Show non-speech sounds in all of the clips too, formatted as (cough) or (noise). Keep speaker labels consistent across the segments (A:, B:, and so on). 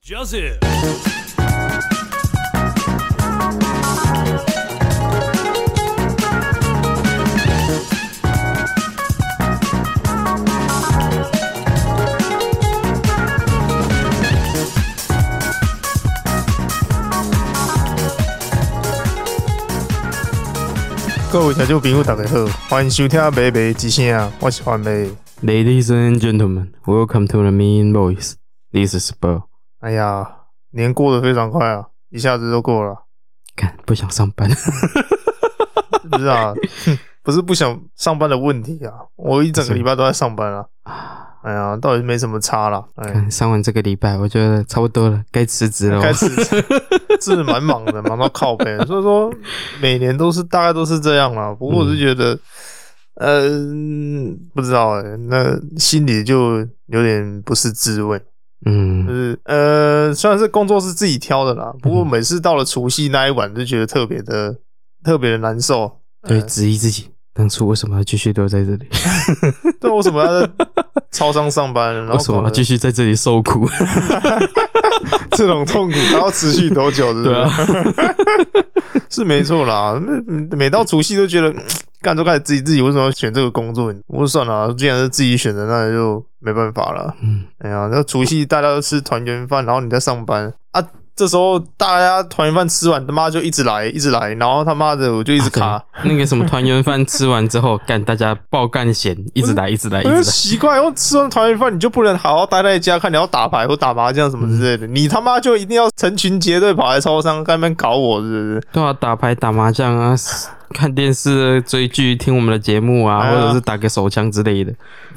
A: Joseph。
B: 各位听众朋友，大家好，欢迎收听《妹妹之声》，我是番妹。
C: Ladies and gentlemen, welcome to the Mean Boys. This is Bill.
B: 哎呀，年过得非常快啊，一下子就过了，
C: 看，不想上班。
B: 是不是啊？哼不是不想上班的问题啊，我一整个礼拜都在上班啊。哎呀，到底没什么差啦。哎，
C: 看， (laughs) 上完这个礼拜，我觉得差不多了，该辞职了哦。
B: 开始是蛮忙的，忙到靠背，所以说每年都是大概都是这样啦。不过我是觉得，嗯，不知道哎、那心里就有点不是滋味。就
C: 嗯，
B: 是呃，虽然是工作是自己挑的啦，不过每次到了除夕那一晚，就觉得特别的特别的难受。
C: 对，质疑自己当初为什么要继续留在这里，
B: 对，啊为什么要在 (laughs) 超商上班？然后
C: 为什么
B: 搞
C: 要
B: 得
C: 继续在这里受苦？
B: (laughs) 这种痛苦还要持续多久？是不是
C: 对啊，
B: (laughs) 是没错啦。那嗯每到除夕都觉得，嗯干就干自己自己为什么要选这个工作？我说算了啊，既然是自己选的，那就没办法了。
C: 嗯，
B: 哎呀，那除夕大家都吃团圆饭，然后你在上班啊。这时候大家团圆饭吃完，他妈就一直来，一直来，然后他妈的我就一直卡，
C: (laughs) 那个什么团圆饭吃完之后，干大家爆干闲，一直来，一直来，一
B: 我就哎
C: 直来。
B: 奇怪，我吃完团圆饭，你就不能好好待在家看你要打牌或打麻将什么之类
C: 嗯
B: 的，你他妈就一定要成群结队跑来超商在那边搞我，是不是？
C: 对啊，打牌、打麻将啊，看电视、追剧、听我们的节目啊，
B: 哎呀
C: 或者是打个手枪之类的。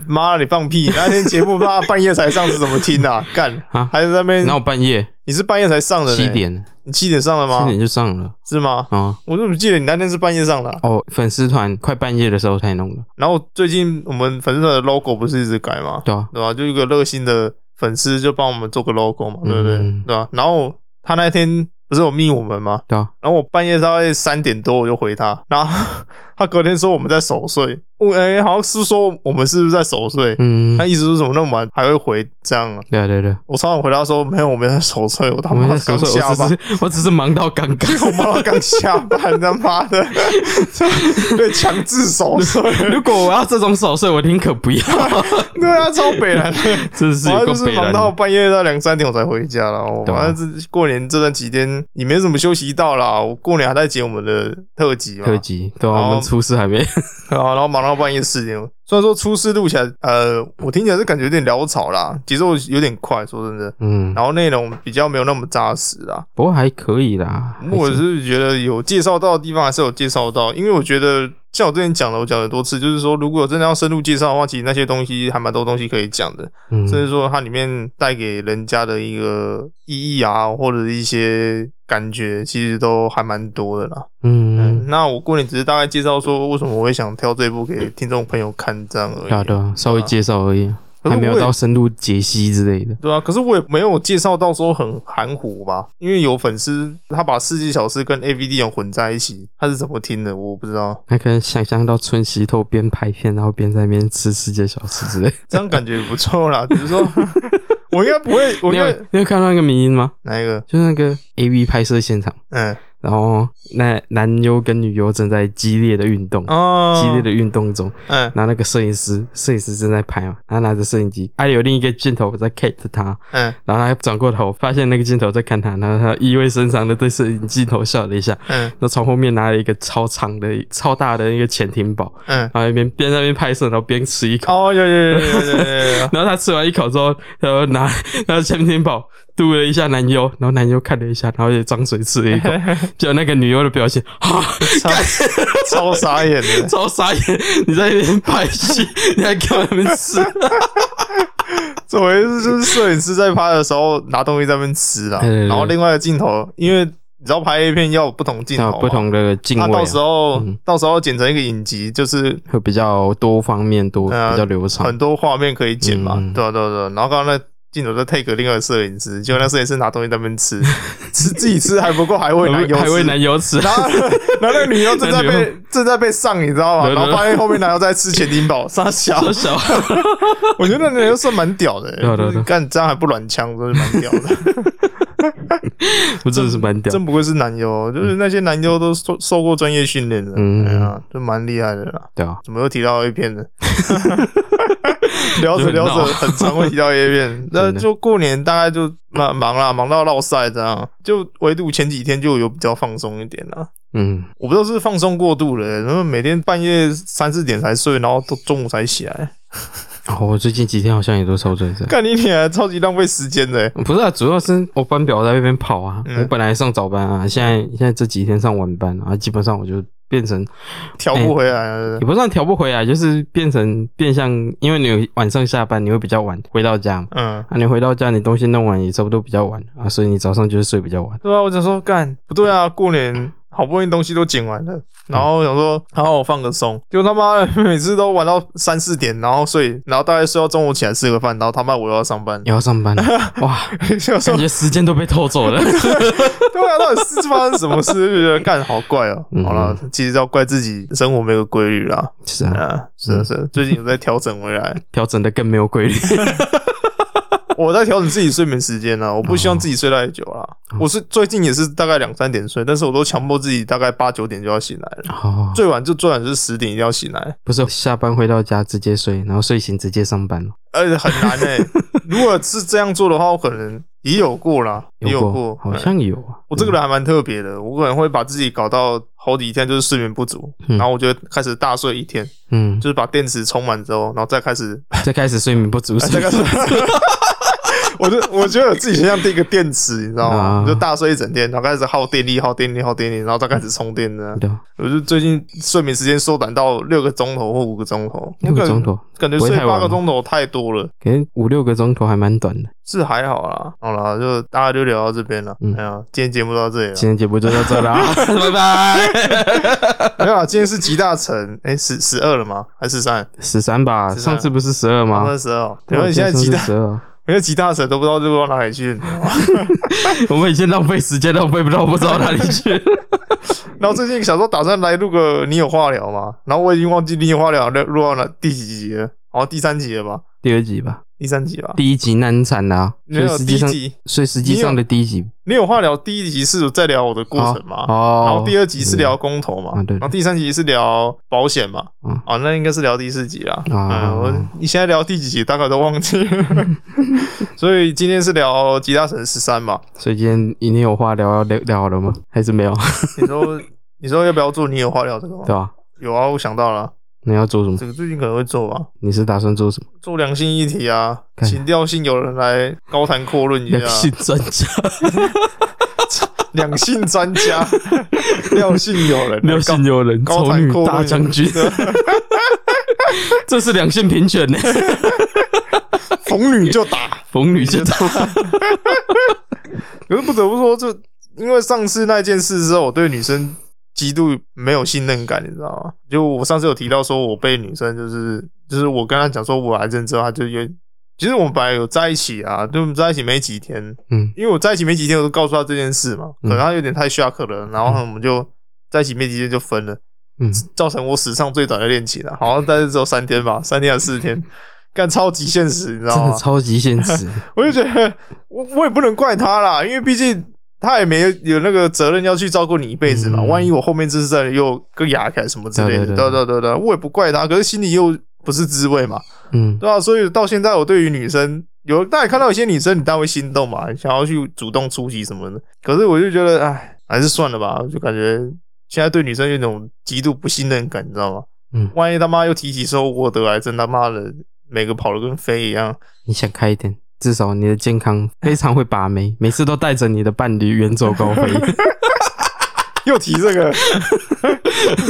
B: 妈，你放屁！那天节目妈半夜才上是怎么听
C: (laughs)
B: 啊？干
C: 啊，
B: 还在那边
C: 然，后半夜
B: 你是半夜才上的、呢
C: 七，点，
B: 你七点上的
C: 七
B: 吗
C: 点？就上了
B: 是吗？
C: 啊。
B: 我怎么记得你那天是半夜上的啊、
C: 哦，粉丝团快半夜的时候才弄的。
B: 然后最近我们粉丝团的 logo 不是一直改吗？
C: 对啊，
B: 对吧？就一个热心的粉丝就帮我们做个 logo 嘛，对不对？
C: 嗯
B: 对吧？然后他那天不是有密我们吗？
C: 对啊，
B: 然后我半夜大概三点多我就回他，然后 (laughs) 他隔天说我们在守岁，我哎、好像是说我们是不是在守岁？
C: 嗯
B: 他，意思是什么那么晚还会回这样啊？
C: 对啊对啊对啊，
B: 我常常回答说没有，我们在守岁，我他
C: 我们
B: 妈
C: 在
B: 刚
C: 宿舍，
B: 下
C: 我只
B: 班，
C: 是我只是忙到刚刚。
B: (laughs) 我妈刚下班，他妈
C: (laughs)
B: 的被强制守岁，
C: 如果我要这种手势，我宁可
B: (laughs)
C: 不要，
B: 对啊，超北蓝的，
C: 真是
B: 我
C: 有
B: 就
C: 够
B: 是
C: 悲
B: 忙
C: 然
B: 到
C: 的。
B: 半夜到两三点我才回家了。我
C: 对啊
B: 反正这过年这段期间也没什么休息到啦，我过年还在剪我们的特辑嘛，
C: 特辑，对
B: 然
C: 啊，
B: 后
C: 我们厨师还没，
B: 对啊，然后忙到半夜四点。虽然说出事录起来，呃，我听起来是感觉有点潦草啦，节奏有点快，说真的。
C: 嗯，
B: 然后内容比较没有那么扎实啦，
C: 不过还可以啦。
B: 我
C: 还行
B: 是觉得有介绍到的地方还是有介绍到，因为我觉得像我之前讲的，我讲了很多次，就是说如果真的要深入介绍的话，其实那些东西还蛮多东西可以讲的，
C: 嗯
B: 甚至说它里面带给人家的一个意义啊，或者是一些感觉，其实都还蛮多的啦。嗯
C: 嗯，，
B: 那我过年只是大概介绍说为什么我会想挑这部给听众朋友看这样而已。
C: 对啊对啊，稍微介绍而已，
B: 可是
C: 还没有
B: 我也
C: 到深入解析之类的。
B: 对啊，可是我也没有介绍到说很含糊吧，因为有粉丝他把《世纪小事》跟 A V D 有混在一起，他是怎么听的我不知道，
C: 他可能想象到春熙透边拍片，然后边在那边吃世界小吃之类的。
B: 这样感觉不错啦。只是说，我应该不会，我
C: 你
B: 应
C: 有
B: 该
C: 你有看到那个迷音吗？
B: 哪一个？
C: 就是那个 A V 拍摄现场，
B: 嗯
C: 然后那男优跟女优正在激烈的运动，
B: 哦，
C: 激烈的运动中，
B: 嗯
C: 然后那个摄影师，摄影师正在拍嘛，他拿着摄影机，还有另一个镜头在 cat 他，
B: 嗯
C: 然后他转过头，发现那个镜头在看他，然后他意味深长的对摄影镜头笑了一下，
B: 嗯
C: 然后从后面拿了一个超长的、超大的一个潜艇堡，
B: 嗯，
C: 然后一边边在那边拍摄，然后边吃一口，
B: 哦，有有有有有有有，
C: 然后他吃完一口之后，然后拿然后潜艇堡嘟了一下男优，然后男优看了一下，然后也张嘴吃了
B: (laughs)
C: 一口，就那个女优的表情，啊，
B: 超超傻眼的。
C: (laughs) 超傻眼，你在那边拍 (laughs) 戏，你还给我那边 (laughs) 吃。
B: 作为就是摄影师在拍的时候拿东西在那边吃啦，
C: 对对对
B: 然后另外的镜头，因为你知道拍 A 片要有不同镜头
C: 那
B: 嘛，
C: 不同的敬
B: 他
C: 畏、
B: 到时
C: 啊、
B: 候、
C: 嗯
B: 到时候剪成一个影集，就是
C: 会比较多方面多，
B: 呃
C: 比较流畅。
B: 很多画面可以剪嘛，
C: 嗯
B: 对啊对啊对啊。然后刚刚那镜头在 take 另外的摄影师，结果那摄影师拿东西在那边
C: (laughs)
B: 吃，吃自己吃还不够，还喂男优
C: 还会
B: 吃。
C: 男优吃， (laughs)
B: 然后，然后那个女优正在
C: 那女
B: 被正在被上，你知道吗？
C: 对对
B: 然
C: 对
B: 后发现后面男优在吃钱丁
C: (laughs)
B: 堡，傻小，(laughs)
C: 缩小，
B: 我觉得那男优算蛮屌的、
C: 对对对
B: 就
C: 啊
B: 是干这样还不软枪，真是蛮屌的。
C: 我真的是蛮
B: (laughs)
C: 屌。
B: 真不愧是男优，就是那些男优都受受过专业训练的，
C: 嗯
B: 对啊，就蛮厉害的啦。
C: 对啊，
B: 怎么又提到 A
C: (laughs)
B: 片呢？聊着聊
C: 就很闹
B: 着，很常会提到 A
C: (laughs)
B: 片。那
C: 真的
B: 就过年大概就忙忙啦，忙到落晒这样。就唯独前几天就有比较放松一点啦。
C: 嗯，
B: 我不知道是放松过度了、然后每天半夜三四点才睡，然后都中午才起来。
C: 哦，我最近几天好像也都超准时。
B: 干你脸，超级浪费时间的、欸。
C: 不是啊，主要是我班表在那边跑啊。
B: 嗯
C: 我本来上早班啊，现在现在这几天上晚班啊，基本上我就变成
B: 调
C: 哎
B: 不回来了。
C: 也不算调不回来，就是变成变相，因为你有晚上下班，你会比较晚回到家嘛。
B: 嗯，
C: 啊，你回到家，你东西弄完也差不多比较晚啊，所以你早上就是睡比较晚。
B: 对啊，我想说干不对啊，过年好不容易东西都剪完
C: 嗯
B: 了，然后想说好好放个松，就他妈的每次都玩到三四点，然后睡，然后大概睡到中午起来吃个饭，然后他妈我又要上班
C: (laughs) 也，要上班了，哇， (laughs)
B: 想说
C: 感觉时间都被偷走了。 (laughs)
B: 对啊，到底是发生什么事？就觉得干好怪哦、
C: 嗯
B: 好了，其实要怪自己生活没有规律啦。
C: 是啊，
B: 啊，是啊是啊，最近有在调整回
C: (laughs)
B: 来，
C: 调整的更没有规 (laughs) 律。
B: 我在调整自己睡眠时间啦，我不希望
C: 哦
B: 自己睡太久啦。我是最近也是大概两三点睡，但是我都强迫自己大概八九点就要醒来了。
C: 哦，
B: 最晚就最晚就是十点一定要醒来，
C: 不是下班回到家直接睡，然后睡醒直接上班了。
B: 而且呃很难
C: (laughs)
B: 诶、如果是这样做的话，我可能也有过啦，也有过。
C: 好
B: 嗯
C: 像有啊。
B: 我这个人还蛮特别的，我可能会把自己搞到好几天就是睡眠不足，
C: 嗯
B: 然后我就开始大睡一天，
C: 嗯，
B: 就是把电池充满之后，然后再开
C: (laughs)
B: 始，
C: 再开始睡眠不 (laughs) 足，
B: 再开始。 (laughs) 我就我觉得我自己像第一个电池，你知道吗？
C: 啊
B: 就大睡一整天，然后开始耗电力、耗电力、耗电力，然后再开始充电的。
C: 对，
B: 我就最近睡眠时间缩短到六个钟头或五个钟头，
C: 六个钟头，
B: 感觉
C: 不会
B: 睡
C: 太
B: 八
C: 晚
B: 个
C: 吗
B: 钟头太多了，
C: 可能五六个钟头还蛮短的。 (laughs)
B: 是还好啦。好啦，就大家就聊到这边了。
C: 嗯
B: 哎呀，今天节目到这里
C: 今
B: 了。
C: 天节目就到这了啊， (laughs) 拜
B: (laughs)
C: 拜。
B: 没有啦，啊今天是集大成，哎，十十二了吗？还是十三？
C: 十三吧，
B: 13
C: 上次不是十二
B: 好
C: 吗
B: 像？十二。
C: 啊对
B: 然
C: 啊
B: 后你现在集大，
C: 十二，啊
B: 因为集大成都不知道录到哪里去，你知道吗
C: (laughs) 我们已经浪费时间，浪费不到不知道哪里去了。
B: 然后最近想说打算来录个你有话聊吗？然后我已经忘记你有话聊录录到哪第几集了，好像第三集了吧？
C: (laughs) 第二集吧，
B: 第三集吧？
C: (laughs) 第一集难产的啊，
B: 没
C: 所以
B: 有第
C: 实际
B: 一
C: 上，
B: 集，
C: 所以实际上的第一集
B: 你有话聊第一集是在聊我的过程嘛？
C: 哦，
B: 然后啊第二集是聊公投嘛，
C: 嗯啊对
B: 然后第三集是聊保险嘛，
C: 嗯
B: 哦，那应该是聊第四集啦。
C: 啊
B: 嗯，我你现在聊第几集大概都忘记了， (laughs) 所以今天是聊吉大神十三嘛。
C: 所以今天一定有话聊要聊聊好了吗？还是没
B: (laughs)
C: 有？
B: 你说
C: (laughs)
B: 你说要不要做？你有话聊这个吗
C: 对？吧？
B: 有啊，我想到了，
C: 你要做什么？
B: 这个最近可能会做吧，
C: 你是打算
B: (laughs)
C: 做什么？
B: 做良性议题啊，
C: 干
B: 请调性有人来高谈阔论一下
C: 两，性专
B: (laughs)
C: 家，
B: 两性专家，廖性有人，
C: 两性友人，
B: 啊高
C: 丑
B: 谈
C: 女
B: 阔论
C: 大
B: (laughs)
C: 将军， (laughs) 这是两性
B: (laughs)
C: 平权 (laughs) 呢，
B: 逢女就打。
C: 逢女就打。
B: (laughs) 可是不得不说，这因为上次那件事之后，我对女生极度没有信任感，你知道吗？就我上次有提到说，我被女生就是就是我跟她讲说我癌症之后，她就也其实我们本来有在一起啊，就我们在一起没几天，
C: 嗯
B: 因为我在一起没几天，我就告诉她这件事嘛，可
C: 嗯
B: 能她有点太 shock 了，然后我们就在一起没几天就分了，
C: 嗯，
B: 造成我史上最短的恋情了、好像但是只有三天吧，三天还是四天，干超级现实，你知道
C: 真
B: 吗
C: 的？超级现
B: (laughs)
C: 实。
B: 我就觉得我我也不能怪他啦，因为毕竟他也没有有那个责任要去照顾你一辈子嘛。
C: 嗯
B: 万一我后面就是在又更牙开什么之类的，
C: 对
B: 对
C: 对对
B: 对对对，我也不怪他，可是心里又不是滋味嘛，
C: 嗯，
B: 对吧、啊所以到现在我对于女生。有，大家看到有些女生，你当然会心动嘛，想要去主动出击什么的。可是我就觉得，哎，还是算了吧，我就感觉现在对女生有一种极度不信任感，你知道吗？
C: 嗯
B: 万一他妈又提起说我得癌症，他妈的每个跑得跟飞一样，
C: 你想开一点，至少你的健康非常会把妹，每次都带着你的伴侣远走
B: (laughs)
C: 高飞。 (laughs)
B: 又提这个， (laughs)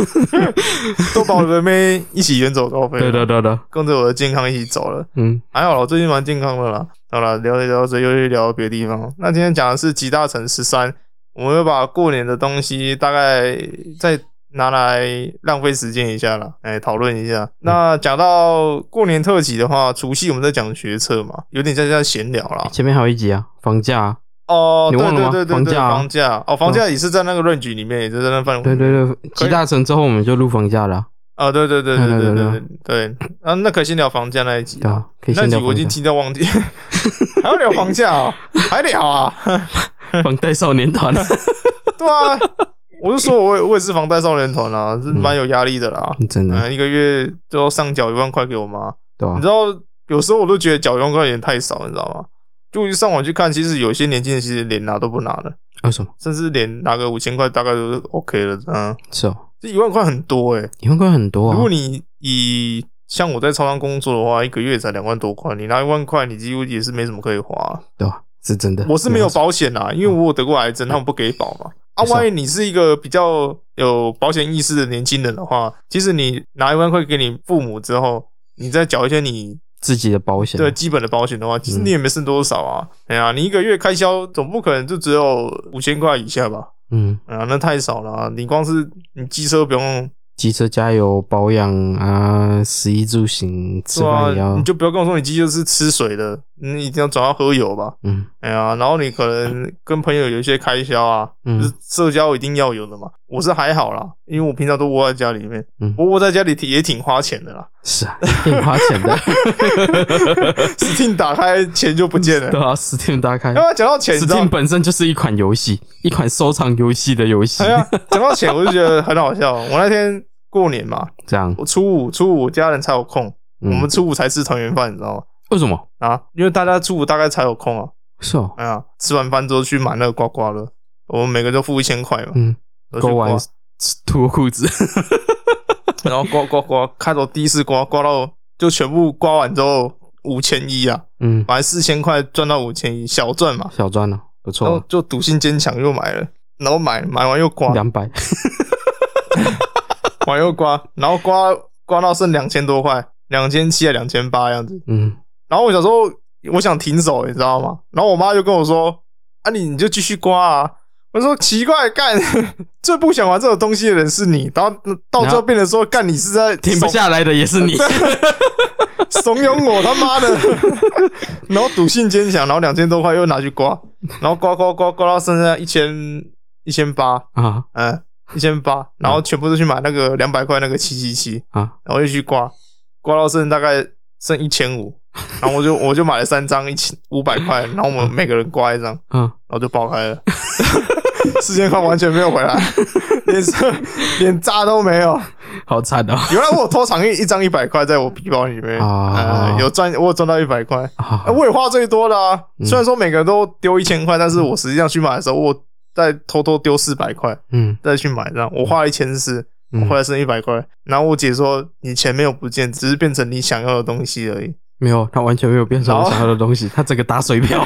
B: 都把我的妹一起远走
C: (laughs)
B: 高飞，
C: 对对，对对，
B: 跟着我的健康一起走了。
C: 嗯，
B: 还好啦，我最近蛮健康的啦。好了，聊一聊这，又去聊别的地方。那今天讲的是集大成十三，我们要把过年的东西大概再拿来浪费时间一下啦，哎、讨论一下。那讲到过年特辑的话，除夕我们在讲学测嘛，有点像像闲聊啦。
C: 前面还有一集啊，房价啊，
B: 哦，
C: 你
B: 对
C: 忘了
B: 对
C: 吗
B: 对对
C: 房
B: 对，
C: 价啊
B: 房价哦，房价也是在那个 range 里面，也是在那范围。
C: 对对对，集大成之后我们就录房价了啊，
B: 啊，对对对对
C: 对
B: 对
C: 对
B: 对对对，啊，那可以先聊房价那一集
C: 对
B: 啊，
C: 啊，可以
B: 那
C: 先
B: 集 (laughs)
C: 聊
B: 我
C: 房
B: 已经
C: 价。
B: 听到
C: (laughs)
B: 忘记，还要聊房价啊，还聊啊，
C: 房贷少
B: (laughs)
C: 年团，
B: 对啊，我就说我也我也是房贷少年团啦，
C: 嗯
B: 是蛮有压力的啦。
C: 真的
B: 嗯，一个月就要上缴一万块给我妈，
C: 对吧、
B: 你知道，有时候我都觉得缴一万块有点太少，你知道吗？就一上网去看，其实有些年轻人其实连拿都不拿的，
C: 为什么？
B: 甚至连拿个五千块大概都是 OK 了。嗯，
C: 是哦，
B: 这一万块很多欸诶、
C: 一万块很多啊、
B: 如果你以像我在超商工作的话，一个月才两万多块，你拿一万块，你几乎也是没什么可以花。
C: 对吧、是真的。
B: 我是没有
C: 办法
B: 保险啦，因为我有得过癌症，他们不给保嘛。啊，
C: 没错
B: 万一你是一个比较有保险意识的年轻人的话，其实你拿一万块给你父母之后，你再缴一些你
C: 自己的保险，
B: 对基本的保险的话，其实你也没剩多少啊。哎呀、你一个月开销总不可能就只有五千块以下吧？
C: 嗯，
B: 啊，那太少了、啊。你光是你机车不用，
C: 机车加油保养啊，食衣住行，吃
B: 对啊
C: 饭也要，，
B: 你就不要跟我说你机车是吃水的，你一定要转到喝油吧？
C: 嗯
B: 哎呀，然后你可能跟朋友有一些开销啊，就是
C: 嗯
B: 社交一定要有的嘛。我是还好啦，因为我平常都窝在家里面，
C: 嗯
B: 我，窝在家里挺也挺花钱的
C: (laughs)
B: 啦。
C: 是啊，挺
B: (laughs)
C: 花钱的，
B: Steam 打开钱就不见
C: (laughs) 对
B: 了。
C: 啊，Steam 大开
B: 要不要讲到钱，你知道
C: ，Steam 本身就是一款游戏，一款收藏游戏的游戏
B: 哎，呀，讲到钱我就觉得很好笑。我那天过年嘛，
C: 这样。
B: 我初五初五家人才有空，
C: 嗯
B: 我们初五才吃团圆饭，你知道吗？
C: 为什么？
B: 啊，因为大家初五大概才有空啊。
C: 是哦，
B: 哎呀，吃完饭之后去买那个刮刮乐，我们每个都付一千块嘛，
C: 嗯，
B: 然后去
C: 勾完 (laughs)
B: 刮，
C: 脱
B: (laughs)
C: 裤子，
B: 然后刮刮刮，开头第一次刮刮到就全部刮完之后五千一啊，
C: 嗯，
B: 买四千块赚到五千一，小赚嘛，
C: 小赚了，不
B: 然
C: 错
B: 后
C: 啊，
B: 就赌性坚强又买了，然后买买完又刮，
C: 两百，
B: 买完又刮，然后刮刮到剩两千多块，两千七啊两千八样子，
C: 嗯，
B: 然后我小时候我想停手，你知道吗？然后我妈就跟我说：“啊你，你就继续刮啊。”我说：“奇怪，干 (laughs) 最不想玩这种东西的人是你。”然后到最后变成说：“干，你是在
C: 停不下来的也是你，
B: 怂，怂恿我他妈的。” (laughs) 然后赌性坚强，然后两千多块又拿去刮，然后刮刮刮刮到剩下一千一千八，
C: (laughs) 啊
B: 嗯，一千八，然后全部都去买那个两百块那个七七七，
C: 啊，
B: 然后又去刮，刮到剩大概剩一千五，然后我就我就买了三张一千五百块，然后我们每个人刮一张，然
C: 嗯，
B: 后就爆开了， (laughs) 四千块完全没有回来，连连渣都没有。
C: 好惨哦，
B: 原来我有偷藏一一张一百块在我皮包里面，
C: 啊
B: 呃，有赚我有赚到一百块，
C: 啊
B: 呃，我也花最多的啊。
C: 嗯
B: 虽然说每个人都丢一千块，但是我实际上去买的时候，我再偷偷丢四百块
C: 嗯，
B: 再去买，这样我花了一千四。
C: 嗯
B: 后来剩一百块，然后我姐说你钱没有不见，只是变成你想要的东西而已。 (laughs)
C: 没有，他完全没有变成我想要的 (laughs) 东西，他整个打水漂，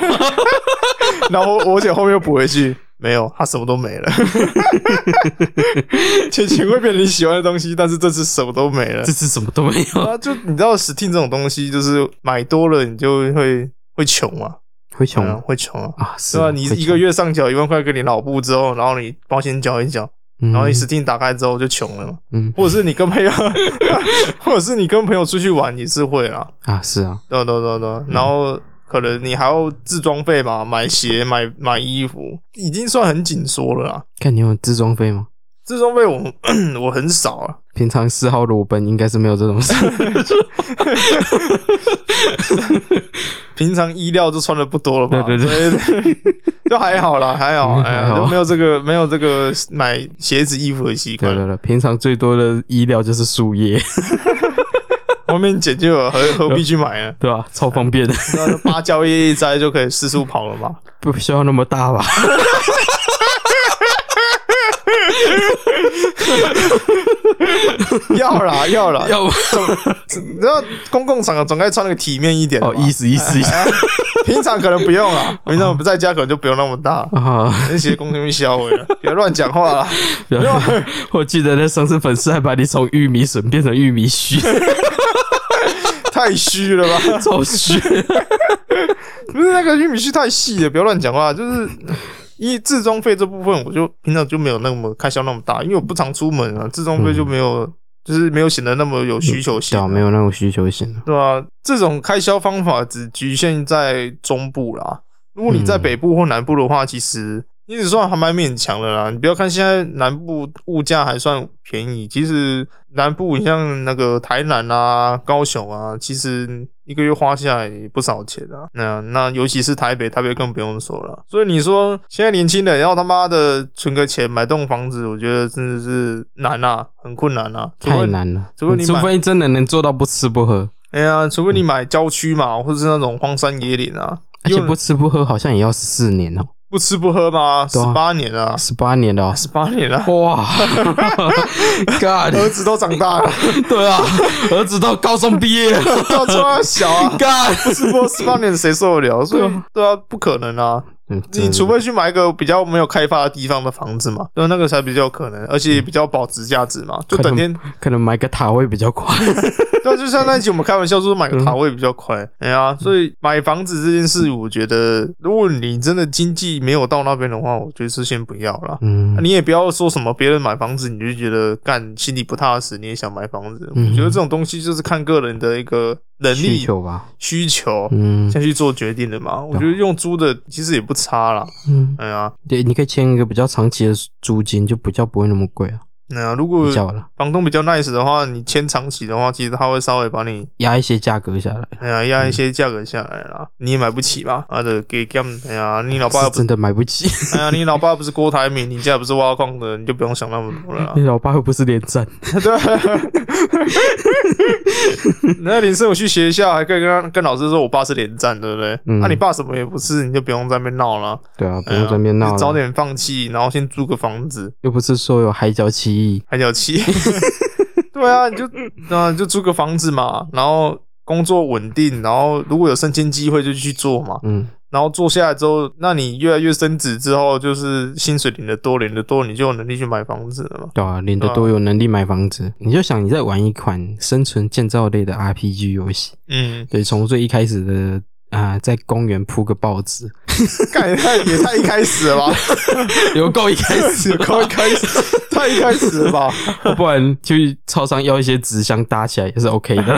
B: 然后我姐后面又补回去，没有，她什么都没了。 (laughs) 钱钱会变成你喜欢的东西，但是这次什么都没了
C: 这。次什么都没有，
B: 啊，就你知道，Steam 这种东西，就是买多了你就会会穷啊，
C: 会穷
B: 对啊会穷啊。
C: 啊，是
B: 对
C: 啊
B: 吧？你一个，月上缴一万块给你老布之后，然后你保险缴一缴，
C: 会穷
B: 然后你 Steam 打开之后就穷了嘛。
C: 嗯嗯
B: 或者是你跟
C: (laughs)
B: 朋友，或者是你跟朋友出去玩也是会啦。
C: 啊，是啊，
B: 对对对对，然后可能你还要自装备嘛，买鞋、买买衣服，已经算很紧缩了啦。
C: 看你有自装费吗？
B: 自装备我 (clears throat) 我很少啊，
C: 平常嗜好裸奔应该是没有这 (laughs) 种事，
B: 平常衣料就穿的不多了吧？
C: 对对
B: 对，所以 (laughs) 就还好啦，还好，
C: 嗯
B: 哎
C: 还
B: 呀，
C: 好
B: 就没有这个没有这个买鞋子衣服的习
C: 对对
B: 惯。
C: 对，平常最多的医疗就是树叶， (laughs)
B: 外面捡就有，何何必去买
C: (laughs)
B: 呢？
C: 对吧？超方便的，
B: 那就芭蕉叶一摘就可以四处跑了嘛。
C: (laughs) 不需要那么大吧？
B: 要啦要啦，
C: (laughs) 要不
B: 你知道公共场合总该穿那个体面一点的
C: (laughs) 哦，
B: 嘛。
C: 意思意思意思
B: 平常可能不用
C: (laughs)
B: 啦，平常我不在家可能就不用那么大。
C: 啊。
B: 那些公司销毁
C: (laughs)
B: 了，别乱讲话啦！
C: 然后 (laughs) 我记得那上次粉丝还把你从玉米笋变成玉米须，
B: 太虚了吧？ (laughs)
C: 超虚。
B: 不是那个玉米须太细了，不要乱讲话。就是一自装费这部分，我就平常就没有那么开销那么大，因为我不常出门啊，自装费就没有，就是没有显得那么有需求性
C: 嗯对啊，
B: 啊、
C: 没有那种需求型
B: (laughs)
C: 的。
B: 对吧、这种开销方法只局限在中部啦。如果你在
C: 嗯
B: 北部或南部的话，其实你只算还蛮勉强的啦。你不要看现在南部物价还算便宜，其实南部你像那个台南啊、高雄啊，其实一个月花下来也不少钱啊。那那尤其是台北，台北更不用说了。所以你说现在年轻人要他妈的存个钱买栋房子，我觉得真的是难啊，很困难啊。除非
C: 太。难了。
B: 除非你
C: 嗯除
B: 买
C: 非真的能做到不吃不喝，
B: 哎
C: 嗯
B: 呀，除非你买郊区嘛，或者是那种荒山野岭啊，
C: 而且
B: 因为
C: 不吃不喝好像也要十四年哦，
B: 不吃不喝嘛，十
C: 对啊
B: 八年啊，
C: 十八年了哦。
B: 十八年啊， (laughs)
C: 哇，God，
B: 儿子都长大了， (laughs)
C: 对啊，儿子到高中毕业了
B: 到这么小
C: (laughs)
B: 啊。
C: ，God，
B: 不吃不喝十八年谁受得了？所以
C: 对啊
B: 对啊，不可能啊！
C: 嗯
B: 你除非去买一个比较没有开发的地方的房子嘛，对，那个才比较可能，而且也比较保值价值嘛。就等天，
C: 嗯可能买个塔位比较快，
B: 对，啊就像那一集我们开玩笑说
C: 嗯
B: 买个塔位比较快，哎呀，所以买房子这件事，我觉得如果你真的经济没有到那边的话，我觉得是先不要啦。
C: 嗯
B: 啊，你也不要说什么别人买房子你就觉得干心里不踏实，你也想买房子。
C: 嗯
B: 我觉得这种东西就是看个人的一个能
C: 需
B: 力
C: 求吧，
B: 需求
C: 嗯
B: 下去做决定的嘛。我觉得用租的其实也不差啦。
C: 嗯，
B: 哎呀，
C: 对，你可以签一个比较长期的租金，就比较不会那么贵啊，
B: 那、哎如果
C: 比较了，
B: 房东比较 nice 的话，你签长期的话，其实他会稍微把你
C: 压一些价格下来，
B: 哎呀压一些价格下来啦。你也买不起嘛，啊的给 g 哎呀，你老爸
C: 是
B: 又不
C: 真的买不起，
B: 哎呀，你老爸又不是郭台铭，你家又不是挖矿的，你就不用想那么多了啦
C: 你。 (laughs) 老爸又不是连战，
B: 对，那林胜我去学校还可以跟他跟老师说，我爸是连战，对不对？那、
C: 嗯
B: 你爸什么也不是，你就不用在那边闹了，
C: 对啊，不
B: 哎
C: 用
B: 呀
C: 在那边闹
B: 就早
C: 了，
B: 点放弃，然后先租个房子，
C: 又不是说有海角七亿，
B: 还小
C: (laughs)
B: 气。对啊，你就啊你就租个房子嘛，然后工作稳定，然后如果有升迁机会就去做嘛，
C: 嗯，
B: 然后做下来之后，那你越来越升职之后，就是薪水领的多，领的多，你就有能力去买房子了嘛。
C: 对啊，领得多有能力买房子，你就想你在玩一款生存建造类的 RPG 游戏，
B: 嗯，
C: 对，从最一开始的啊、在公园铺个报 (laughs) 纸，
B: (laughs) 干也太也太一开始
C: (laughs)
B: 了吧。
C: 有够一开始 (laughs)
B: 只
C: 吧，
B: 靠一开始，太一开始了吧？
C: 不然去超商要一些纸箱搭起来也是 OK 的。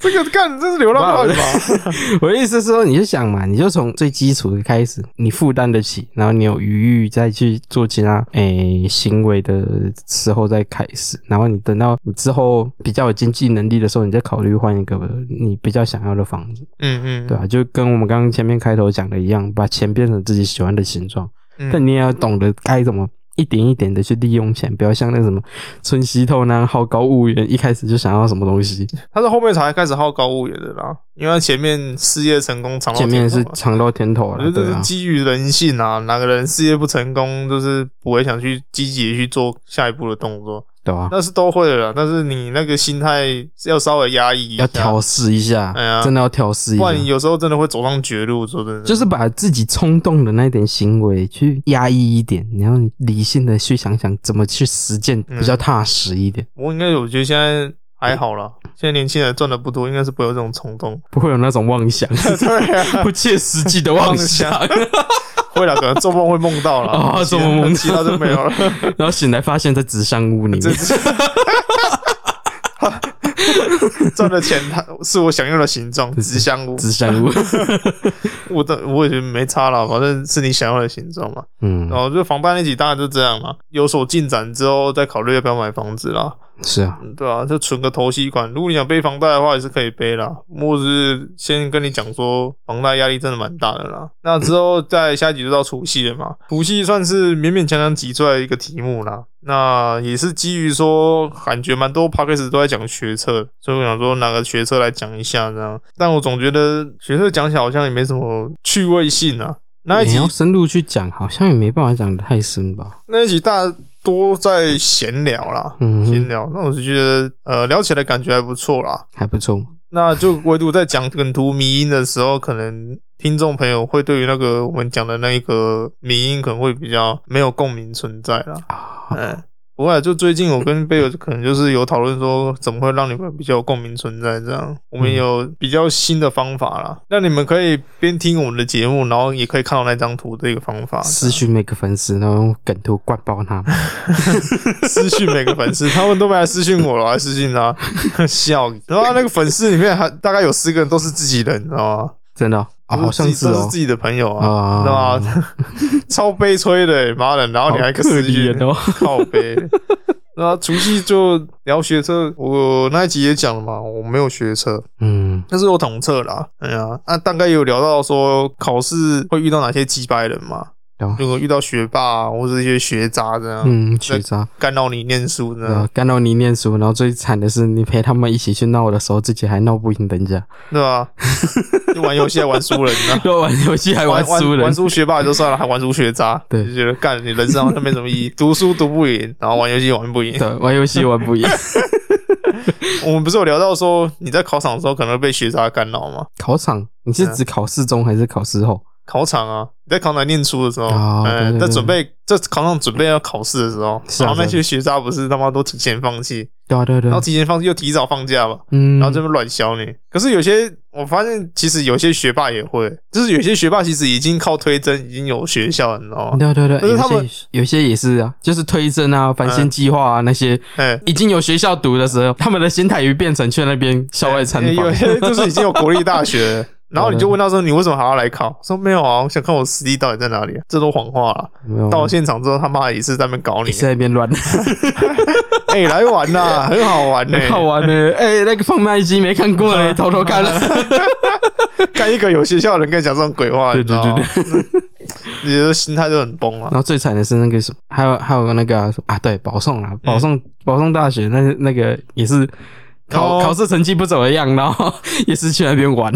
B: 这个干这是流浪汉 (laughs) 吧？
C: (laughs) 我的意思是说，你就想嘛，你就从最基础的开始，你负担得起，然后你有余裕再去做其他诶、行为的时候再开始，然后你等到你之后比较有经济能力的时候，你再考虑换一个你比较想要的房子，
B: 嗯嗯，
C: 对啊，就跟我们刚刚前面开头讲的一样，把钱变成自己喜欢的形状，
B: 嗯
C: 但你也要懂得该怎么。一点一点的去利用钱，不要像那什么村西透那样好高骛远，一开始就想要什么东西。
B: 他是后面才开始好高骛远的啦，因为他前面事业成功尝到
C: 前面是
B: 甜头嘛
C: 尝到甜头
B: 我
C: 了，
B: 觉得
C: 对
B: 这是，
C: 啊
B: 基于人性啊，哪个人事业不成功，就是不会想去积极地去做下一步的动作，
C: 对啊，
B: 那是都会的啦。但是你那个心态是要稍微压抑一下，
C: 要调试一下
B: 哎呀，
C: 真的要调试一
B: 不
C: 下
B: 然，你有时候真的会走上绝路。说真的，
C: 就是把自己冲动的那点行为去压抑一点，然后理性的去想想怎么去实践
B: 嗯
C: 比较踏实一点，
B: 我应该我觉得现在还好啦，现在年轻人赚的不多，应该是不会有这种冲动。 (laughs)
C: 不会有那种妄想，
B: 对啊，
C: 不切实际的
B: (laughs)
C: 妄想，
B: 会了，可能做梦会梦到了
C: (laughs) 哦做梦梦到
B: 其他就没有了。
C: (laughs) 然后醒来发现在纸箱屋里
B: 这
C: 面，
B: 赚的钱，它是我想要的形状，纸箱屋。
C: 纸箱
B: (laughs)
C: 屋，
B: 我的我也觉得没差了，反正是你想要的形状嘛。
C: 嗯
B: 然，后就房贷那集大概就这样嘛，有所进展之后再考虑要不要买房子啦。
C: 是啊，
B: 嗯，对啊，就存个头期款。如果你想背房贷的话，也是可以背啦。我只是先跟你讲说，房贷压力真的蛮大的啦。那之后在下一集就到除夕了嘛，除夕算是勉勉强强挤出来一个题目啦。那也是基于说，感觉蛮多 p o d c a s 都在讲学测，所以我想说拿个学测来讲一下这样。但我总觉得学测讲起来好像也没什么趣味性啊。那一
C: 你
B: 集
C: 哎要深入去讲，好像也没办法讲得太深吧，
B: 那一集大多在闲聊啦，
C: 嗯
B: 闲
C: 哼，
B: 聊。那我就觉得，呃，聊起来感觉还不错啦。
C: 还不错，
B: 那就唯独在讲梗图迷音的时候，可能听众朋友会对于那个我们讲的那一个迷音可能会比较没有共鸣存在啦。
C: 啊
B: 嗯，不过啊就最近我跟贝尔可能就是有讨论说，怎么会让你们比较有共鸣存在？这样，我们有比较新的方法啦，让你们可以边听我们的节目，然后也可以看到那张图的一个方法。
C: 私讯每个粉丝，然后用梗图灌爆他们，
B: 私讯每个粉丝，他们都没来私讯我了，我还私讯他， (laughs) 笑。然后那个粉丝里面还大概有十个人都是自己人，你知道吗？
C: 真的哦，哦好像
B: 都自己
C: 是
B: 都
C: 哦
B: 是自，己的朋友啊，
C: 啊
B: 知道 (laughs) 欸吗？超悲催的，妈的！然后你还一个
C: 可
B: 私讯
C: 怜，哦，
B: 靠悲。那除夕就聊学车，我那一集也讲了嘛，我没有学车，
C: 嗯，
B: 但是我统测啦。哎呀，那、大概有聊到说考试会遇到哪些鸡掰人嘛？
C: 有
B: 如果遇到学霸、啊、或者一些学渣这样，
C: 嗯，学渣，
B: 干扰你念书这
C: 然
B: 样
C: 后，干扰你念书，然后最惨的是你陪他们一起去闹的时候，自己还闹不赢人家，
B: 对吧、 (laughs) 就玩游戏还玩输人呢、
C: 又玩游 (laughs) 戏还玩输
B: 玩
C: 人，
B: 输学霸就算了，还玩输学渣，
C: 对
B: 就觉得干你人生好像没什么意
C: (laughs)
B: 义，读书读不赢，然后玩游戏玩不赢。
C: 对，玩游戏玩不 (laughs) 赢。
B: (laughs) 我们不是有聊到说你在考场的时候可能会被学渣干扰吗？
C: 考场，你是指考试中还是考试后？
B: 考场啊，你在考场念书的时候，
C: 哦对
B: 呃
C: 对
B: 在
C: 对
B: 准备在考场准备要考试的时候，
C: 是啊
B: 然后那
C: 是
B: 些学渣不是他妈都提前放弃，
C: 对啊，对啊对
B: 然
C: 啊
B: 后，提前放弃又提早放假嘛，
C: 嗯，
B: 然后这边乱削你。可是有些我发现，其实有些学霸也会，就是有些学霸其实已经靠推甄已经有学校了，你知道吗？
C: 对啊对啊对啊，
B: 但是他
C: 有
B: 们
C: 些有些也是啊，就是推甄啊、繁星计划啊那些，
B: 哎，
C: 已经有学校读的时候，他们的心态也变成去那边校外 (laughs) 参
B: 有
C: 访。
B: 些 (laughs) 就是已经有国立大
C: (laughs)
B: 学了。然后你就问他说：“你为什么还要来考？”说：“没有啊，我想看我实力到底在哪里。”这都谎话了。
C: 没有
B: 到了现场之后，他妈也是在那边搞你
C: 嗯 (laughs) 你，在那边乱，
B: 哎、来玩
C: (laughs)
B: 呐、很好玩呢、
C: 很
B: (laughs)
C: 好玩呢。哎，那个贩卖机没看过 (laughs) 嘞，偷偷看了。
B: 干一个有学校的人跟你讲这种鬼话，
C: 对
B: 你知道吗？ (laughs) 你的心态就很崩啊了
C: 然。后最惨的是那个什么，还有还有那个啊，啊对，保送啊，
B: 嗯
C: 保送保送大学那那个也是。考
B: 哦
C: 考试成绩不怎么样，然后也是去那边玩。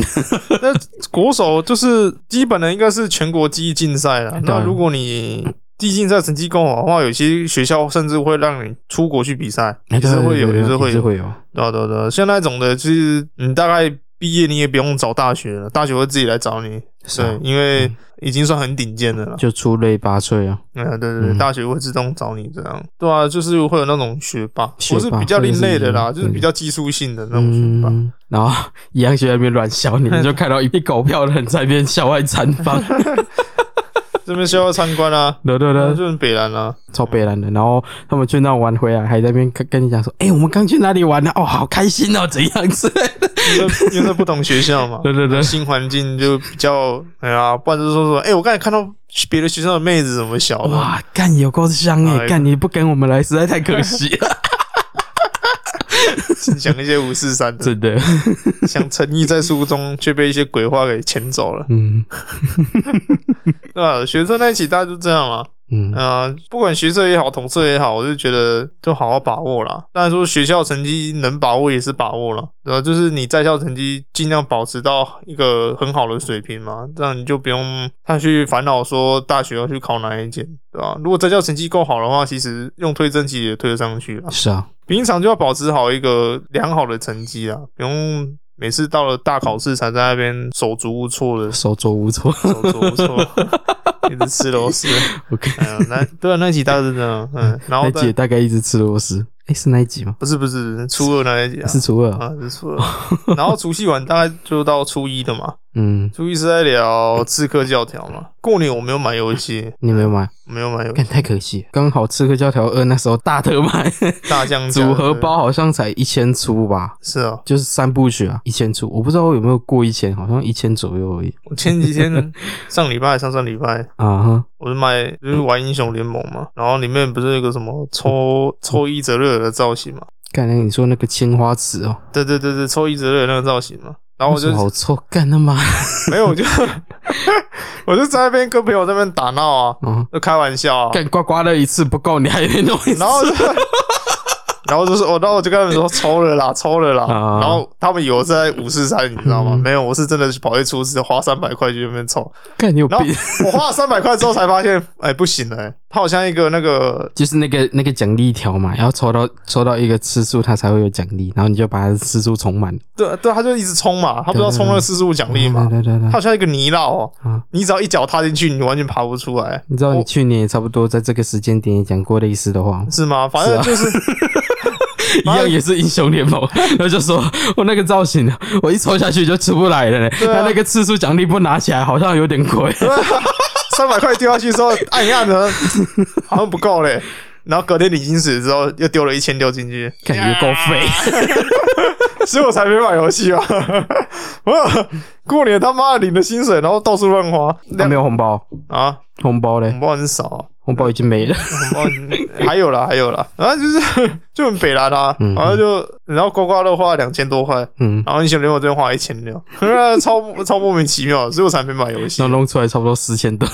B: 那国手就是基本的应该是全国记忆竞赛了。
C: 对啊
B: 那如果你记忆竞赛成绩够好的话，有些学校甚至会让你出国去比赛，也是会有，也是会
C: 也是
B: 有。
C: 会有。
B: 对啊对啊对啊，像那种的，就是你大概毕业你也不用找大学了，大学会自己来找你。
C: 是啊
B: 对，因为已经算很顶尖的了。
C: 就出类拔萃啊。
B: 哎呀，对对对，
C: 嗯
B: 大学会自动找你这样，对啊，就是会有那种学霸，
C: 学
B: 我是
C: 霸
B: 比较另类的啦，
C: 或者是
B: 就是比较技术性的那种学霸。
C: 嗯，然后一样去那边乱笑你，你就看到一批狗票的人在那边校外参
B: (laughs)
C: 访，
B: 这边需要参观啊，
C: 对对
B: 那
C: 对，
B: 就是北兰啊，
C: 超北蓝的。然后他们去那玩回来，还在那边跟跟你讲说：“哎、我们刚去哪里玩呢、哦，好开心哦，怎样子
B: 因
C: (laughs)
B: 为 (laughs) 因为是不同学校嘛？”，
C: 对对对，
B: 新环境就比较，哎呀，不然就是说说，哎，我刚才看到别的学校的妹子怎么小的，
C: 哇，干有够香哎、
B: 哎
C: 干你不跟我们来，实在太可 (laughs) 惜了，
B: 讲一些五四三的，
C: 真的。
B: 想沉溺在书中，却被一些鬼话给牵走
C: (laughs)
B: 了，
C: 嗯
B: 对吧？学生在一起，大家就这样了。
C: 嗯，
B: 嗯，不管学测也好，统测也好，我就觉得就好好把握啦。当然说学校成绩能把握也是把握了，对吧？就是你在校成绩尽量保持到一个很好的水平嘛，这样你就不用太去烦恼说大学要去考哪一间，对吧？如果在校成绩够好的话，其实用推甄其实也推得上去了。
C: 是啊，
B: 平常就要保持好一个良好的成绩啦，不用每次到了大考试才在那边手足无措的
C: 手足无措。
B: 手足无措，一直吃螺丝。
C: (laughs) OK，
B: 嗯，那对啊，那一集大致这样，
C: (laughs)
B: 嗯，然
C: 那
B: 后
C: 一集
B: 再
C: 也大概一直吃螺丝，哎、是那一集吗？
B: 不是不是初二那一集啊，
C: 是初二啊、
B: 啊是初
C: (laughs)
B: 二，然后除夕晚大概就到初一的嘛，
C: 嗯，
B: 初一是在聊《刺客教条》嘛。过年我没有买游戏，
C: 你有没有买？
B: 没有买游
C: 看太可惜了，刚好《刺客教条二》那时候大特卖， (laughs)
B: 大降价
C: 组合包好像才一千出吧，
B: 对是啊，
C: 就是三部曲啊，一千出，我不知道有没有过一千，好像一千左右而已
B: 我前几
C: (laughs)
B: 天上礼拜上上礼拜。
C: 啊哈。
B: 我是买就是玩英雄联盟嘛，然后里面不是有个什么
C: 嗯
B: 抽抽伊泽瑞尔的造型嘛？
C: 干，那你说那个青花瓷哦，
B: 对对对对，抽伊泽瑞尔那个造型嘛。然后
C: 为
B: 我
C: 什
B: 就
C: 么好臭，干他妈
B: (laughs) 没有，我就我就在那边跟朋友在那边打闹啊，
C: 啊！
B: 就开玩笑啊。
C: 干刮刮乐一次不够，你还得弄一次
B: 然，后
C: (laughs)
B: 就，然后就是我，哦然后我就跟他们说抽了啦，抽了啦。
C: 啊
B: 然后他们以为我是在五四三，你知道吗？
C: 嗯
B: 没有，我是真的跑去出资花三百块去那边抽。
C: 干你有病
B: 然后！我花了三百块之后才发现，哎、不行了、哎它好像一个那个
C: (laughs) 就是那个那个奖励条嘛，要抽到抽到一个次数，它才会有奖励，然后你就把它的次数充满。
B: 对对，他就一直冲嘛，他不知道冲那个四十五奖励嘛，
C: 对对对
B: 它
C: 对
B: 好像一个泥淖哦、
C: 啊！
B: 你只要一脚踏进去，你完全爬不出来，
C: 你知道你
B: 我
C: 去年也差不多在这个时间点也讲过类似的话吗？
B: 是吗？反正就是
C: 一样也是英雄联盟， (laughs) 然后就说我那个造型，我一抽下去就出不来了嘞。
B: 对啊
C: 他那个次数奖励不拿起来，好像有点亏。
B: (laughs) 三百块丢下去之后按一按
C: (laughs)
B: 呢，好像不够嘞。然后隔天领薪水之后，又丢了一千六进去，
C: 感觉够废，
B: 所以我才没买游戏啊！ (laughs) 我过
C: (laughs)
B: 年他妈的领了薪水，然后到处乱花，
C: 他
B: 两
C: 没有红包，
B: 啊，
C: 红包嘞
B: 红包很少、啊，
C: 红包已经没了。
B: 哦，还有啦，还有啦，然后就是就很北啦他，
C: 嗯
B: 然后就然后刮刮乐花两千多块，
C: 嗯，
B: 然后英雄联盟这边花一千六， (laughs) 超超莫名其妙，所以我才没买游戏
C: 然后。弄出来差不多四千多。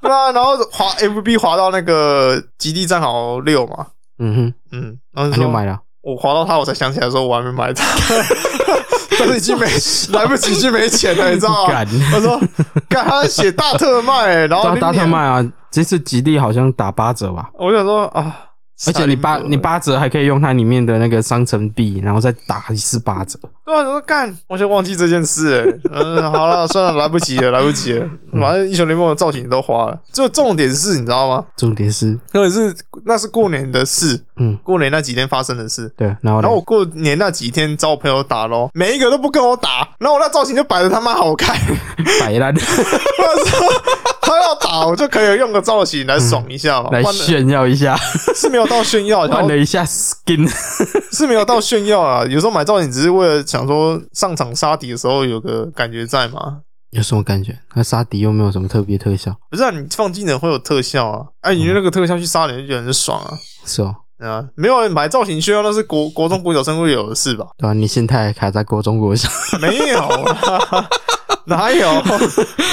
B: 对啊，然后滑 FB 滑到那个《极地战壕六》嘛，
C: 嗯哼，
B: 嗯，然后
C: 那
B: 就
C: 就
B: 说
C: 买了。
B: 我滑到它，我才想起来说我还没买它， (laughs) 但是已经没来不及，已经没钱了，你知道吗
C: 干？
B: 我说，干他写大特卖、然后
C: 大
B: 你
C: 大特
B: 免
C: 卖，啊！这次吉利好像打八折吧，
B: 我想说啊，
C: 而且你八
B: 差点
C: 你八折还可以用它里面的那个商城币，然后再打一次八折。
B: 对啊，我说干，我就忘记这件事、欸。嗯，好了，算了，来不及了，来不及了。反正英雄联盟的造型都花了，就重点是，你知道吗？
C: 重点是，
B: 重点是那是过年的事，
C: 嗯，
B: 过年那几天发生的事。
C: 哦对，然后
B: 然
C: 呢
B: 后我过年那几天找我朋友打咯，每一个都不跟我打，然后我那造型就摆的他妈好看。
C: (laughs)
B: (laughs)
C: 摆烂
B: 我说他要打，我就可以用个造型来爽一下嘛，
C: 来
B: 换了
C: 炫耀一下，
B: 是没有到炫耀，然
C: 换
B: 后
C: 了一下 skin。 (laughs)
B: 是没有到炫耀啊。有时候买造型只是为了想说上场杀敌的时候有个感觉在嘛。
C: 有什么感觉？那杀敌又没有什么特别特效，
B: 不是啊，你放技能会有特效啊，哎、
C: 嗯
B: 你用那个特效去杀人就觉得很爽啊。
C: 是哦，
B: 对啊，没有人买造型炫耀，那是国国中国小生会有的事吧？
C: 对啊，你心态还卡在国中国小， (laughs)
B: (laughs) 没有啦，哪有？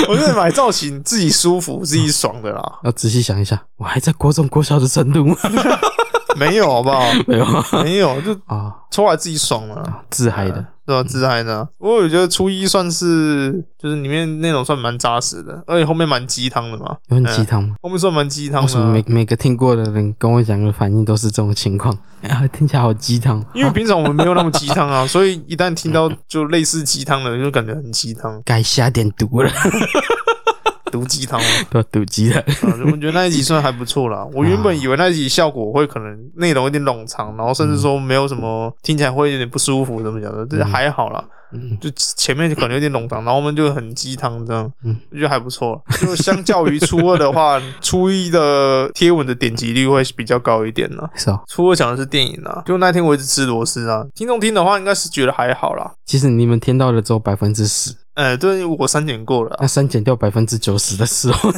B: 我是买造型自己舒服、自己爽的啦，
C: 要仔细想一下，我还在国中国小的程度吗？ (laughs)
B: 没有好不好？
C: 没有啊
B: 没有，就
C: 啊，
B: 出来自己爽了。
C: 自嗨的，
B: 对啊，自嗨呢？不过我觉得初一算是就是里面内容算蛮扎实的，而且后面蛮鸡汤的嘛。
C: 有很
B: 嗯
C: 鸡汤吗？
B: 后面算蛮鸡汤
C: 为什
B: 的
C: 么
B: 啊、
C: 每每个听过的人跟我讲的反应都是这种情况？啊，听起来好鸡汤。
B: 因为平常我们没有那么鸡汤啊，所以一旦听到就类似鸡汤的，就感觉很鸡汤，
C: 该下点毒
B: (laughs)
C: 了，
B: 毒鸡汤啊。
C: 都毒鸡了。
B: 啊我觉得那一集算还不错啦。我原本以为那一集效果会可能内容有点冗长，然后甚至说没有什么听起来会有点不舒服怎么讲的，这还好啦。
C: 嗯，
B: 就前面可能有点冗长，然后我们就很鸡汤这样
C: 嗯，
B: 我觉得还不错。就相较于初二的话，初一的贴文的点击率会比较高一点呢。
C: 是哦。
B: 初二讲的是电影啊，就那天我一直吃螺丝啊。听众听的话应该是觉得还好啦。
C: 其实你们听到了只有百分之十，
B: 呃，对我删减过了啊、
C: 那删减掉百分之九十的
B: (laughs)
C: 时候，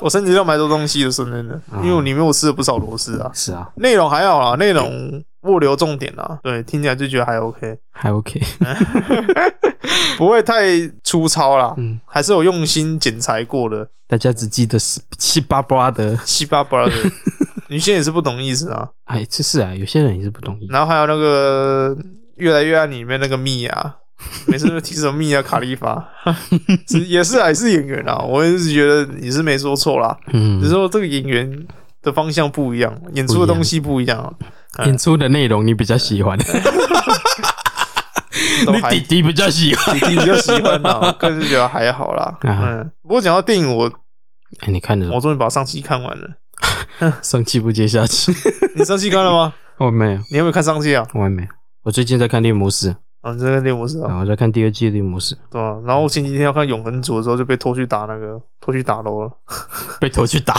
B: 我删减掉蛮多东西的，说真的，因为我里面我吃了不少螺丝啊。
C: 是啊，
B: 内容还好啦，内容物流重点啦，对，听起来就觉得还 OK，
C: 还 OK。
B: 不会太粗糙啦，
C: 嗯
B: 还是有用心剪裁过的。
C: 大家只记得是七八八的，
B: 七八八
C: (laughs)
B: 的，女性也是不懂意思啊。
C: 哎，这是啊，有些人也是不同意。
B: 然后还有那个越来越爱你里面那个蜜娅，每次都提什么蜜娅啊卡利法， (laughs) 是也是啊，也是演员啊，我也是觉得你是没说错啦，
C: 嗯
B: 只是，说这个演员的方向不一样，演出的东西不一样啊，
C: 演出的内容你比较喜欢，你
B: (laughs) 都还
C: 弟弟比较喜欢。
B: 弟弟比较喜欢啦，我个人是觉得还好啦。
C: 啊
B: 嗯，不过讲到电影，我
C: 哎，你看的
B: 我终于把上期看完了。
C: 上气不接下气，
B: (laughs) 你上期看了吗？
C: 我没有，
B: (laughs) 你有没有看上期啊？
C: 我还没有。我最近在看《猎魔士》，
B: 啊，你这个猎魔士
C: 然
B: 啊，
C: 后我在看第二季《猎魔士》，
B: 对啊。然后我前几天要看《永恒族》的时候，就被拖去打那个，拖去打楼了。
C: 被拖去打，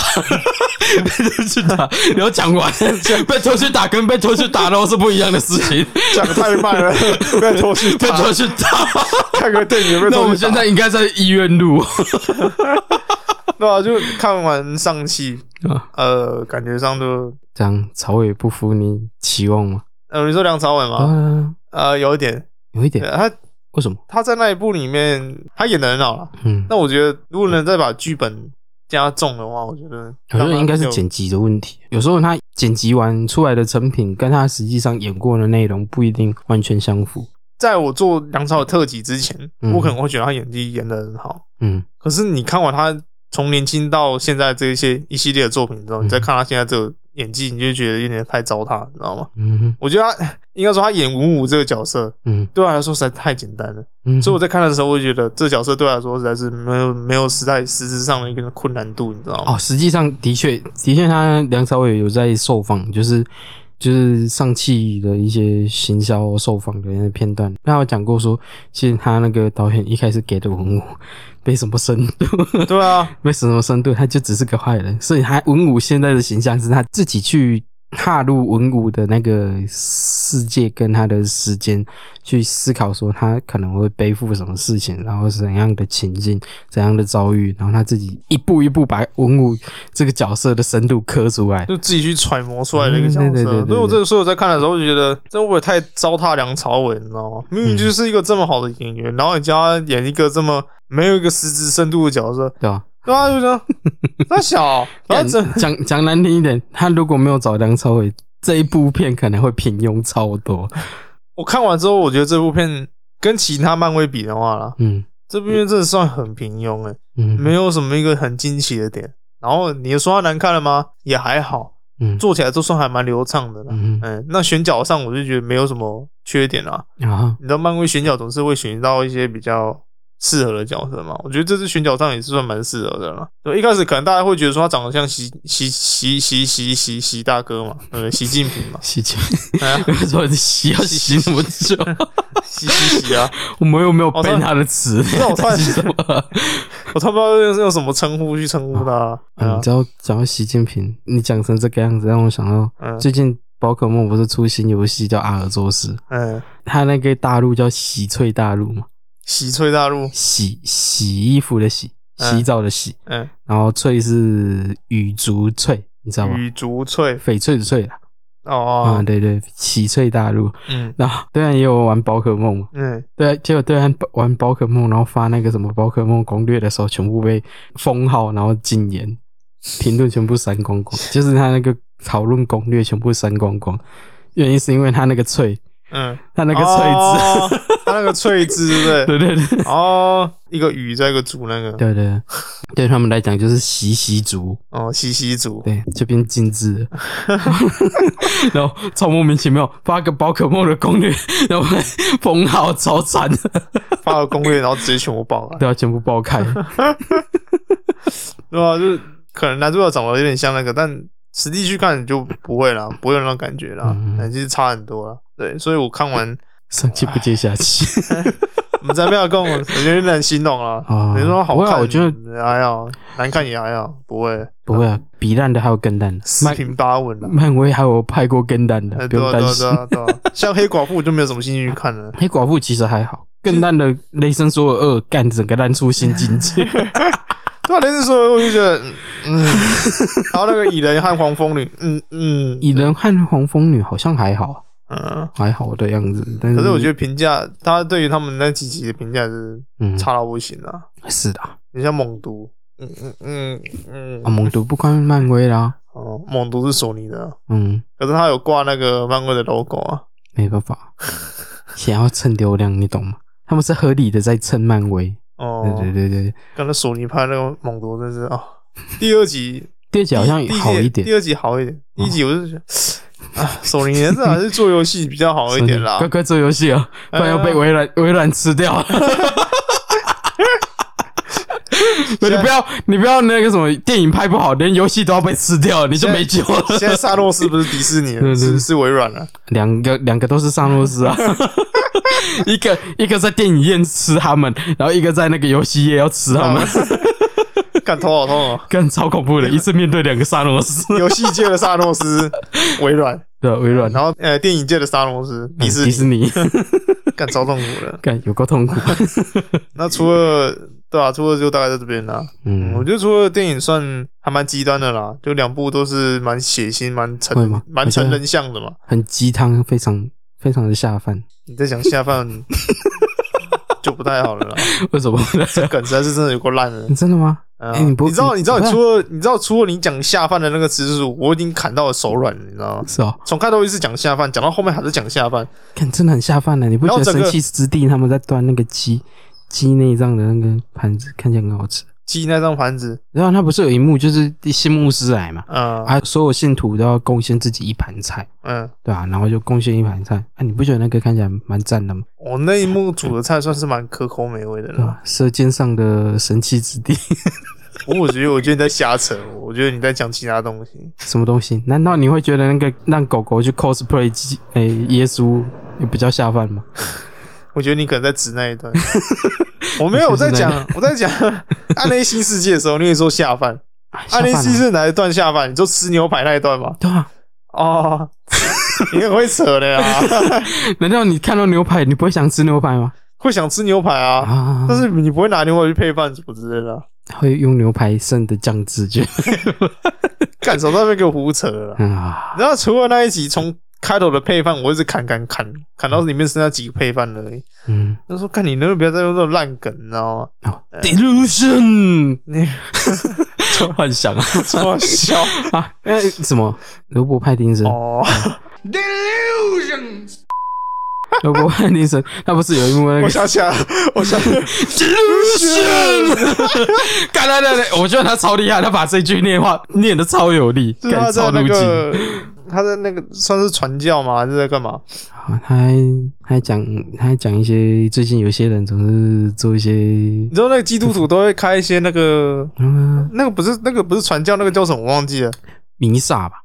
C: (laughs) 被拖去打，你要讲 (laughs) 完，被拖去打跟被拖去打都是不一样的事情， (laughs)
B: 讲得太慢了， (laughs) 被拖去
C: 被
B: 打。 (laughs)
C: 拖去打。
B: 看个电影被拖去打。
C: 那我们现在应该在医院录，
B: 对啊，就看完上期
C: 啊，
B: 呃，感觉上就
C: 这样朝伟不服你期望吗？
B: 呃，你说梁朝伟吗？
C: 啊，
B: 呃，有一点，
C: 有一点，
B: 呃他
C: 为什么？
B: 他在那一部里面，他演的很好啦。
C: 嗯，
B: 那我觉得，如果能再把剧本加重的话，我觉得
C: 我觉得应该是
B: 简。
C: 剪辑的问题，有时候他剪辑完出来的成品跟他实际上演过的内容不一定完全相符。
B: 在我做梁朝伟特辑之前，
C: 嗯
B: 我可能会觉得他演技演的很好，
C: 嗯，
B: 可是你看完他从年轻到现在这一些一系列的作品之后，
C: 嗯
B: 你再看他现在这个演技，你就觉得有点太糟蹋，你知道吗？ (laughs)
C: 嗯哼
B: 我觉得他应该说他演文武这个角色
C: 嗯
B: 对我来说实在太简单了，
C: 嗯，
B: 所以我在看的时候，我就觉得这个角色对我来说实在是没有没有实在实质上的一个困难度，你知道吗？
C: 哦，实际上的确，的确，他梁朝伟有在受访，就是就是上汽的一些行销受访的那些片段，他有讲过说，其实他那个导演一开始给的文武没什么深度，
B: 对啊，
C: 没什么深度，他就只是个坏人，所以他文武现在的形象是他自己去踏入文武的那个世界跟他的时间去思考，说他可能会背负什么事情，然后怎样的情境、怎样的遭遇，然后他自己一步一步把文武这个角色的深度刻出来。
B: 就自己去揣摩出来的一个角色。
C: 嗯对对对对
B: 所以我这个时候我在看的时候，我就觉得这会不会太糟蹋梁朝伟，你知道吗？
C: 嗯
B: 明明就是一个这么好的演员，然后你叫他演一个这么没有一个实质深度的角色，
C: 对吧？
B: 对啊，就这样，他 (laughs) 小，然后这
C: 但讲讲难听一点，他如果没有找梁朝伟，这一部片可能会平庸超多。
B: 我看完之后，我觉得这部片跟其他漫威比的话啦，
C: 嗯
B: 这部片真的算很平庸诶、
C: 嗯，
B: 没有什么一个很惊奇的点。然后你说它难看了吗？也还好，
C: 嗯
B: 做起来都算还蛮流畅的啦。
C: 嗯
B: 嗯，那选角上我就觉得没有什么缺点啦。
C: 啊，，
B: 你知道漫威选角总是会选到一些比较适合的角色嘛？我觉得这次选角上也是算蛮适合的啦。对，一开始可能大家会觉得说他长得像习习习习习习习大哥嘛，呃，习近平嘛
C: 洗钱，
B: 哎呀
C: 我说洗要洗那么
B: (laughs)
C: 久，
B: 习习习啊！
C: 我们又没有
B: 哦
C: 背
B: 那
C: 他的词，
B: 那我突然
C: 是什么？ (laughs)
B: 我都不知道用用什么称呼去称呼他。哎呀
C: 你知道讲到习近平，你讲成这个样子，让我想到
B: 嗯
C: 最近宝可梦不是出新游戏叫阿尔宙斯，
B: 嗯，
C: 它那个大陆叫洗翠大陆嘛，
B: 喜翠大陆，
C: 洗洗衣服的洗，
B: 嗯
C: 洗澡的洗，
B: 嗯，
C: 然后翠是羽竹翠，你知道吗？
B: 羽竹翠，
C: 翡翠的翠啦，
B: 哦
C: 啊、
B: 哦，
C: 对对，洗翠大陆。
B: 嗯
C: 然后对岸也有玩宝可梦嘛，
B: 嗯，
C: 对啊，结果对岸玩宝可梦，然后发那个什么宝可梦攻略的时候，全部被封号，然后禁言，评论全部删光
B: (laughs)
C: 光，就是他那个讨论攻略全部删光光。原因是因为他那个翠，
B: 嗯，
C: 他 (laughs) 那
B: 那
C: 个翠
B: 字，他那个翠字，对
C: 字，
B: 不对？
C: (laughs) 对对对
B: 哦，一个雨在一个竹那个，
C: 对对对，对他们来讲就是习习族，
B: 哦，西西竹，
C: 对这边禁止了， (laughs) 然后超莫名其妙发个宝可梦的攻略，然后被封号超
B: (laughs)
C: 惨的，
B: 发了攻略，然后直接全部爆了，
C: 对啊，全部爆开。
B: 对吧？就是可能男主角长得有点像那个，但实际去看你就不会啦，不会有那种感觉啦
C: 嗯，
B: 哎其实差很多啦。对，所以我看完，
C: 上气不接下气。
B: 你再不要跟我，我觉得有点心动啊
C: 啊。
B: (laughs) 你说好
C: 不会啊
B: 看，
C: 我觉得嗯
B: 还好，难看也还好，不会。
C: 不会啊，比烂的还有更烂的。
B: 四
C: 漫
B: 平八稳啦。
C: 漫威还有拍过更烂的，
B: 啊哎
C: 嗯不
B: 对
C: 用
B: 啊
C: 担
B: 对啊
C: 心
B: 对。啊对啊，像黑寡妇我就没有什么兴趣去看了。
C: 黑寡妇其实还好，更烂的《雷神索尔二》干整个烂出新境界。
B: (laughs) 对啊，雷神说我就觉得，嗯，还有那个蚁人和黄蜂女，嗯嗯
C: 蚁人和黄蜂女好像还好，
B: 嗯。
C: 还好的样子。但是
B: 可是我觉得评价，大家对于他们那几集的评价是
C: 嗯，
B: 差到不行啊。
C: 是的啊，
B: 你像猛毒，嗯嗯嗯
C: 啊
B: 嗯，
C: 猛毒不关漫威啦。
B: 哦，猛毒是索尼的啊，
C: 嗯，
B: 可是他有挂那个漫威的 logo 啊。
C: 没办
B: (laughs)
C: 法，想要蹭流量，你懂吗？他们是合理的在蹭漫威。对
B: 哦，
C: 对对对，
B: 刚才索尼拍那个猛毒真是啊，哦第二集
C: 第二集好像
B: 第
C: 好一点哦
B: 第。二集好一点，第一集我就觉得，啊，索尼人这还是做游戏比较好一点
C: (laughs)
B: 啦
C: 快。快做游戏啊，不然要被微软微软吃掉了。 (laughs) 你不要，你不要那个什么电影拍不好，连游戏都要被吃掉，你就没救了。
B: 现在萨诺斯不是迪士尼了，
C: 对对
B: 是是微软了。
C: (laughs) 两个两个都是上路斯啊，一个一个在电影院吃他们，然后一个在那个游戏业要吃他们，
B: 啊 (laughs) 干头好痛哦！
C: 更超恐怖的，一次面对两个萨诺斯，
B: 游戏界的萨诺斯，微软，
C: 对微软、
B: 然后呃，电影界的萨诺斯，迪士
C: 嗯迪士
B: 尼，
C: 尼，
B: 干超痛苦的。
C: (laughs) 干有够痛苦。
B: 那除了对啊，除了就大概在这边啦。嗯我
C: 嗯，
B: 觉得除了电影算还蛮极端的啦，就两部都是蛮血腥、蛮
C: 会
B: 成
C: 吗
B: 蛮
C: 我觉得
B: 成人像的嘛。
C: 很鸡汤，非常非常的下饭。
B: 你在讲下饭 (laughs) 就不太好了啦，
C: 为什么？
B: (laughs) 梗实在是真的有够烂
C: (laughs)
B: 的。
C: 真的吗？
B: 嗯
C: 哎你不
B: 你知道，
C: 你
B: 你知道，
C: 不
B: 你
C: 是
B: 除了你知道，除了你讲下饭的那个次数，我已经砍到了手软了，你知道吗？
C: 是哦，
B: 从开头一直讲下饭，讲到后面还是讲下饭，
C: 看，真的很下饭的，你不
B: 然后
C: 觉得
B: 整
C: 神
B: 个
C: 奇之地他们在端那个鸡鸡内脏的那个盘子，看起来很好吃。
B: 鸡那张盘子，
C: 然后他不是有一幕就是新牧师来嘛，
B: 嗯
C: 啊，所有信徒都要贡献自己一盘菜，
B: 嗯，
C: 对吧、然后就贡献一盘菜，啊，你不觉得那个看起来蛮赞的吗？
B: 我、那一幕煮的菜算是蛮可口美味的
C: 对吧、啊
B: 了。
C: 舌尖上的神奇之地， (laughs)
B: 不过我觉得，我觉得你在瞎扯，我觉得你在讲其他东西。
C: 什么东西？难道你会觉得那个让狗狗去 cosplay 鸡诶、耶稣比较下饭吗？
B: 我觉得你可能在指那一
C: (laughs)
B: 段。我没有，我在讲，我在讲《暗黑新世界》的时候，你也说下饭，
C: 啊
B: 《
C: 下
B: 暗黑
C: 饭
B: 新世 (laughs) 界》
C: 啊，
B: 哪一段下饭？你就吃牛排那一段吗？
C: 对啊，
B: 哦，你很会扯的呀，啊
C: 难道你看到牛排，你不会想吃牛排吗？
B: 会想吃牛排啊，
C: 啊，
B: 但是你不会拿牛排去配饭什么之类的啊。
C: 会用牛排剩的酱汁卷
B: 干手在那边给我胡扯
C: (laughs)
B: 了啦。
C: 啊，
B: 然后除了那一集，从开头的配饭，我一直砍砍砍砍到里面剩下几个配饭而已。
C: 嗯
B: 他说：“看你能不能不要再用这种烂梗，你知道吗？
C: 哦，delusion，
B: 你
C: 幻想啊
B: 这么
C: (laughs)
B: 笑
C: 啊，呃什么？罗伯·派丁森，
B: 哦，
C: 罗伯·派丁森，他不是有一幕
B: (laughs)
C: 那
B: 我
C: 个
B: 想起来了，我想起来了
C: delusion？干来来来，我觉得他超厉害，他把这句念话念的超有力，
B: 就是他
C: 干
B: 在
C: 超
B: 那
C: 入境。
B: 个他在那个算是传教吗？还是在干嘛？
C: 啊，他还他还讲他还讲一些最近有些人总是做一些
B: 你知道那个基督徒都会开一些那个
C: 嗯
B: 那个不是那个不是传教，那个叫什么我忘记了
C: 弥撒吧，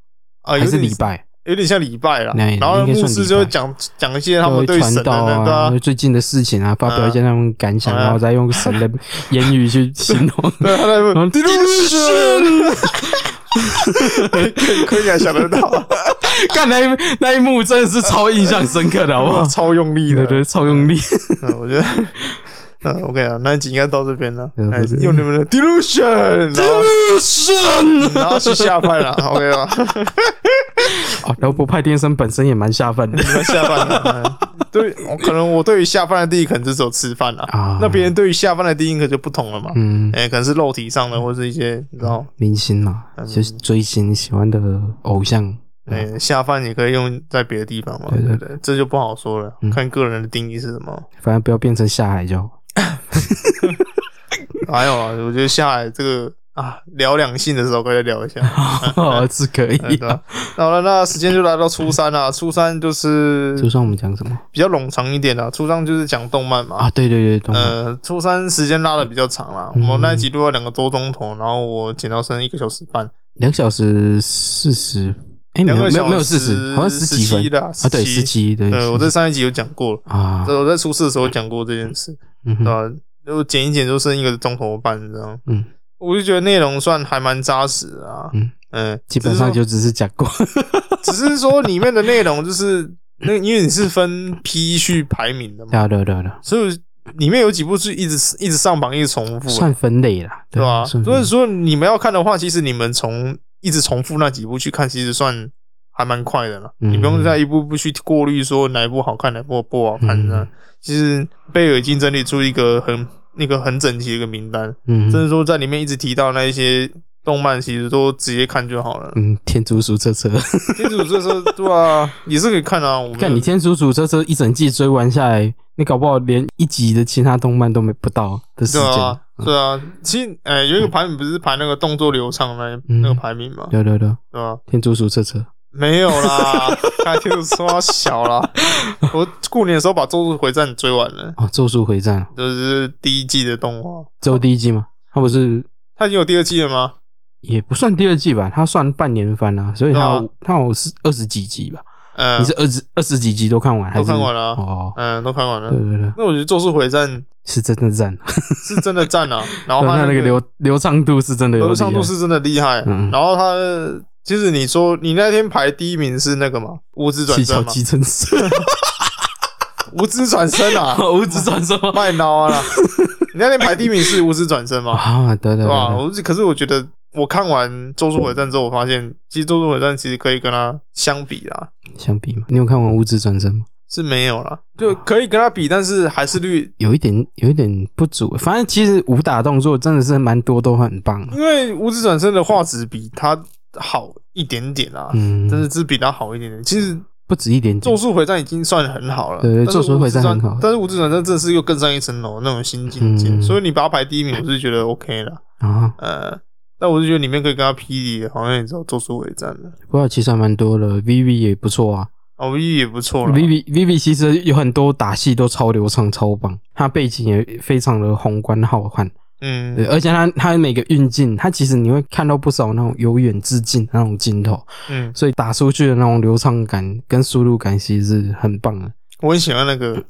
B: 啊，
C: 还
B: 有
C: 是
B: 点
C: 礼拜，
B: 有点像礼拜啦
C: 那也。
B: 然后
C: 应该
B: 牧
C: 算
B: 师
C: 礼
B: 就会
C: 拜
B: 讲讲一些他们
C: 就
B: 对
C: 传
B: 神的
C: 道
B: 那对
C: 啊，
B: 啊，
C: 最近的事情啊，发表一些他们感想，
B: 嗯
C: 然后再用神的言语去形容。
B: 对，他在问
C: 然后 (laughs)
B: delusion，可以啊，想得到，
C: 看那一那一幕真的是超印象深刻的，好不好
B: 哇，？超用力
C: 对
B: 的
C: 对，，啊对超用力。
B: 嗯我觉得。嗯，我跟你讲，那一集应该到这边了。
C: 对
B: 哎
C: 对对
B: 用你们的 delusion，然后然后去下饭了，OK 吧？
C: (laughs) 哦，罗伯派丁森本身也蛮下饭的
B: 你们下饭了。嗯对，我可能我对于下饭的定义可能只有吃饭啦，
C: 啊。
B: 那别人对于下饭的定义可就不同了嘛。
C: 嗯，
B: 哎，可能是肉体上的，或是一些你知道，
C: 明星嘛，
B: 嗯
C: 就是追星喜欢的偶像。
B: 哎，下饭也可以用在别的地方嘛。
C: 啊对
B: 对
C: 对
B: 对，这就不好说了
C: 嗯，
B: 看个人的定义是什么。
C: 反正不要变成下海就 (laughs) 好。
B: 还有啊，我觉得下来这个啊，聊两性的时候可以再聊一
C: (laughs)
B: 下。
C: 哦是可以、
B: 嗯对啊好了，那时间就来到初三
C: (laughs)
B: 啦。初三就是
C: 就算我们讲什么
B: 比较冗长一点啦，初三就是讲动漫嘛。
C: 啊？对对对，懂了。
B: 呃，初三时间拉的比较长啦，我
C: 嗯
B: 们那一集录了两个多钟头，然后我剪到剩一个小时半，
C: 两、小时四十，哎，没
B: 两
C: 有
B: 个
C: 没
B: 小
C: 有
B: 时
C: 没有四十，好像十几分
B: 17啦，
C: 啊？对，十
B: 17。
C: 七，对，
B: 对，我在
C: 17
B: 上一集有讲过了，
C: 啊，
B: 对我在初四的时候讲过这件事，
C: 嗯
B: 对啊
C: 哼，
B: 吧？就剪一剪就剩一个钟头半这样，
C: 嗯，
B: 我就觉得内容算还蛮扎实的啊，
C: 嗯
B: 嗯，
C: 基
B: 只
C: 本
B: 是说
C: 上就只是讲过， (laughs)
B: 只是说里面的内容就是那，因为你是分批去排名的
C: 对
B: 嘛，
C: 啊对啊对啊对啊，
B: 所以里面有几部是一直一直上榜，一直重复的，
C: 算分类啦，啊
B: 对吧？
C: 算
B: 所
C: 分
B: 以
C: 类
B: 说你们要看的话，其实你们从一直重复那几部去看，其实算还蛮快的了。
C: 嗯
B: 你不用再一步步去过滤说哪一部好看，哪一部不好看呢
C: 嗯。
B: 其实贝尔已经整理出一个很那个很整齐的一个名单，
C: 嗯
B: 甚至说在里面一直提到那一些动漫，其实都直接看就好了。
C: 嗯，天竺鼠 (laughs) 车车，
B: 天主这时候对啊， (laughs) 也是可以看啊。我们
C: 看你天竺鼠车车一整季追完下来，你搞不好连一集的其他动漫都没不到的时
B: 对
C: 间，
B: 啊，
C: 嗯
B: 对啊。其实，哎、有一个排名不是排那个动作流畅那、
C: 嗯
B: 那个排名嘛，
C: 对啊对啊对啊，
B: 对吧、
C: 天竺鼠车车，
B: 没有
C: (laughs)
B: 啦，看天主说小啦。我过年的时候把《咒术回战》追完了，
C: 哦，咒术回战
B: 就是第一季的动画。
C: 只有第一季吗？它不是
B: 它已经有第二季了吗？
C: 也不算第二季吧，它算半年番啊，所以它
B: 对
C: 有它有是二十几集吧？
B: 嗯、
C: 你是二十二十几集都看完还
B: 都
C: 是？
B: 看完了啊，
C: 哦，
B: 嗯，都看完
C: 对
B: 了。
C: 对对，
B: 那我觉得《咒术回战》
C: 是真的赞，
B: 是真的赞
C: (laughs)
B: 啊，然后
C: 对
B: 它
C: 它那
B: 那
C: 个
B: 个
C: 流流畅度是真的有
B: 流畅
C: 力
B: 度
C: 啊
B: 呃是真的厉害。
C: 嗯
B: 然后它其实你说你那天排第一名是那个嘛，五指转
C: 七
B: 身
C: 巧
B: 嘛，
C: 机真是， (laughs)
B: 五指转身啊，
C: 哦五指转身吗？
B: 卖孬啊啦！你那天排第一名是五指转身吗？
C: (laughs) 啊，对 (laughs) 对
B: 对
C: 对
B: 吧？
C: 对，
B: 我可是我觉得我看完《咒术回战》之后，我发现其实《咒术回战》其实可以跟它相比啦，
C: 相比嘛，你有看完五指转身吗？
B: 是没有啦，就可以跟它比，但是还是率，
C: 有一点有一点不足，反正其实武打动作真的是蛮多，都很棒。
B: 因为五指转身的画质比它好一点点啦，
C: 嗯，
B: 但是只比它好一点点。其实《
C: 不止一点点
B: 咒。术回战》已经算很好了，
C: 对
B: 但
C: 对
B: 是
C: 咒术回
B: 五指
C: 战
B: 转
C: 很好
B: 但是五指转身真的是又更上一层楼那种新境界，
C: 嗯
B: 所以你把它排第一名，我是觉得 OK 啦。
C: 啊，
B: 呃，但我就觉得里面可以跟他匹敌，好像也只有咒术回战了。
C: 不过其实还蛮多的，Viv 也不错啊。
B: 哦，V 也不错啦。
C: Viv Viv 其实有很多打戏都超流畅、超棒，他背景也非常的宏观浩瀚，对，
B: 嗯
C: 而且他他每个运镜，他其实你会看到不少那种由远至近那种镜头，
B: 嗯，
C: 所以打出去的那种流畅感跟速度感其实是很棒的。
B: 我很喜欢那个，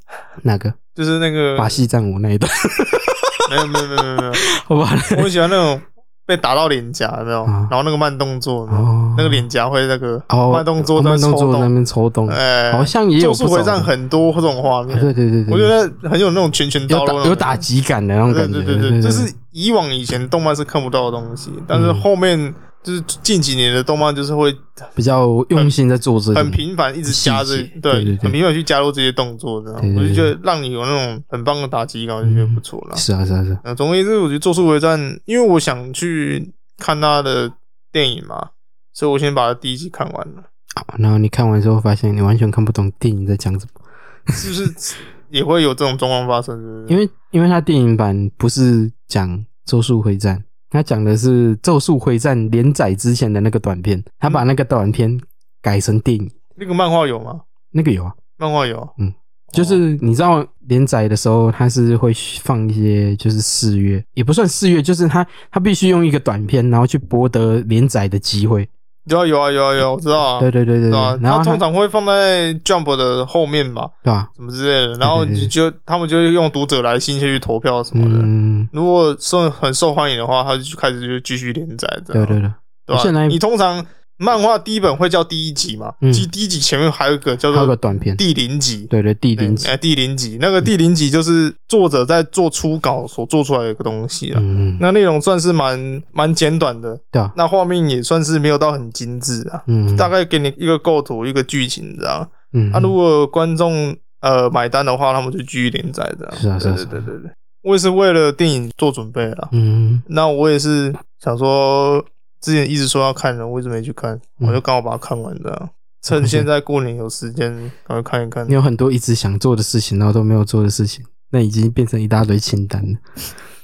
C: 那个
B: 就是那个
C: 巴西战舞那一段， (laughs)
B: 没有没有没有没有，没有
C: 好吧？
B: 我很喜欢那种。被打到脸颊，有没有？
C: 啊
B: 然后那个慢动作，有没有
C: 哦，
B: 那个脸颊会那个
C: 哦
B: 慢动作在
C: 慢动
B: 抽
C: 作在那
B: 动，
C: 边抽动，
B: 哎，
C: 好像也有
B: 咒
C: 不
B: 术回
C: 少
B: 战
C: 的。
B: 很多这种画面
C: 啊，对对对对，
B: 我觉得很有那种拳拳
C: 有
B: 到肉那
C: 打
B: 种
C: 有打击感的那种
B: 对
C: 感觉，
B: 对对对，就是以往以前动漫是看不到的东西，但
C: 嗯
B: 是后面就是近几年的动漫就是会
C: 比较用心在做这个，
B: 很频繁一直加这
C: 细节
B: 对
C: 对对对
B: 很频繁去加入这些动作，这样
C: 对对
B: 我
C: 对
B: 就觉得让你有那种很棒的打击感，我就觉得不错了。
C: 是啊是啊是啊，
B: 那总而言之，我觉得《咒术回战》，因为我想去看他的电影嘛，所以我先把第一集看完
C: (laughs)
B: 了，
C: 好，然后你看完之后发现你完全看不懂电影在讲什么，
B: 是不是也会有这种状况发生？是不是
C: 因为因为它电影版不是讲《咒术回战》，它讲的是《咒术回战》连载之前的那个短片，他把那个短片改成电影，
B: 那个漫画有吗？
C: 那个有啊，
B: 漫画有啊，
C: 嗯就是你知道连载的时候，它是会放一些就是四月，也不算四月，就是它它必须用一个短片，然后去博得连载的机会。
B: 有啊有啊有啊有啊，我知道啊，
C: 对对对
B: 对
C: 对对
B: 啊，，
C: 然后
B: 它通常会放在 Jump 的后面吧，
C: 对啊吧？
B: 什么之类的，然后
C: 对
B: 你
C: 对
B: 就他们就会用读者来信去投票什么的。
C: 嗯，
B: 如果受很受欢迎的话，他就开始就继续连载，这
C: 对
B: 样
C: 对对，
B: 对啊吧
C: 现在
B: 你通常漫画第一本会叫第一集嘛，
C: 嗯
B: 其实第一集前面还有一个叫
C: 还有个
B: 做
C: 短片，
B: 第零集，
C: 对对第零集
B: 对，哎，第零集那个第零集就是作者在做初稿所做出来的一个东西啊。
C: 嗯，嗯
B: 那内容算是蛮蛮简短的，
C: 对啊，
B: 那画面也算是没有到很精致啊，
C: 嗯，
B: 大概给你一个构图，一个剧情这样。
C: 嗯，
B: 那、如果观众呃买单的话，他们就继续连载这样。
C: 是啊是啊是
B: 对
C: 啊
B: 对对对对，我也是为了电影做准备啦。
C: 嗯
B: 那我也是想说，之前一直说要看的，我一直没去看，
C: 嗯
B: 我就刚好把它看完这样。趁现在过年有时间，赶快看一看
C: (laughs) 你。有很多一直想做的事情，然后都没有做的事情，那已经变成一大堆清单了。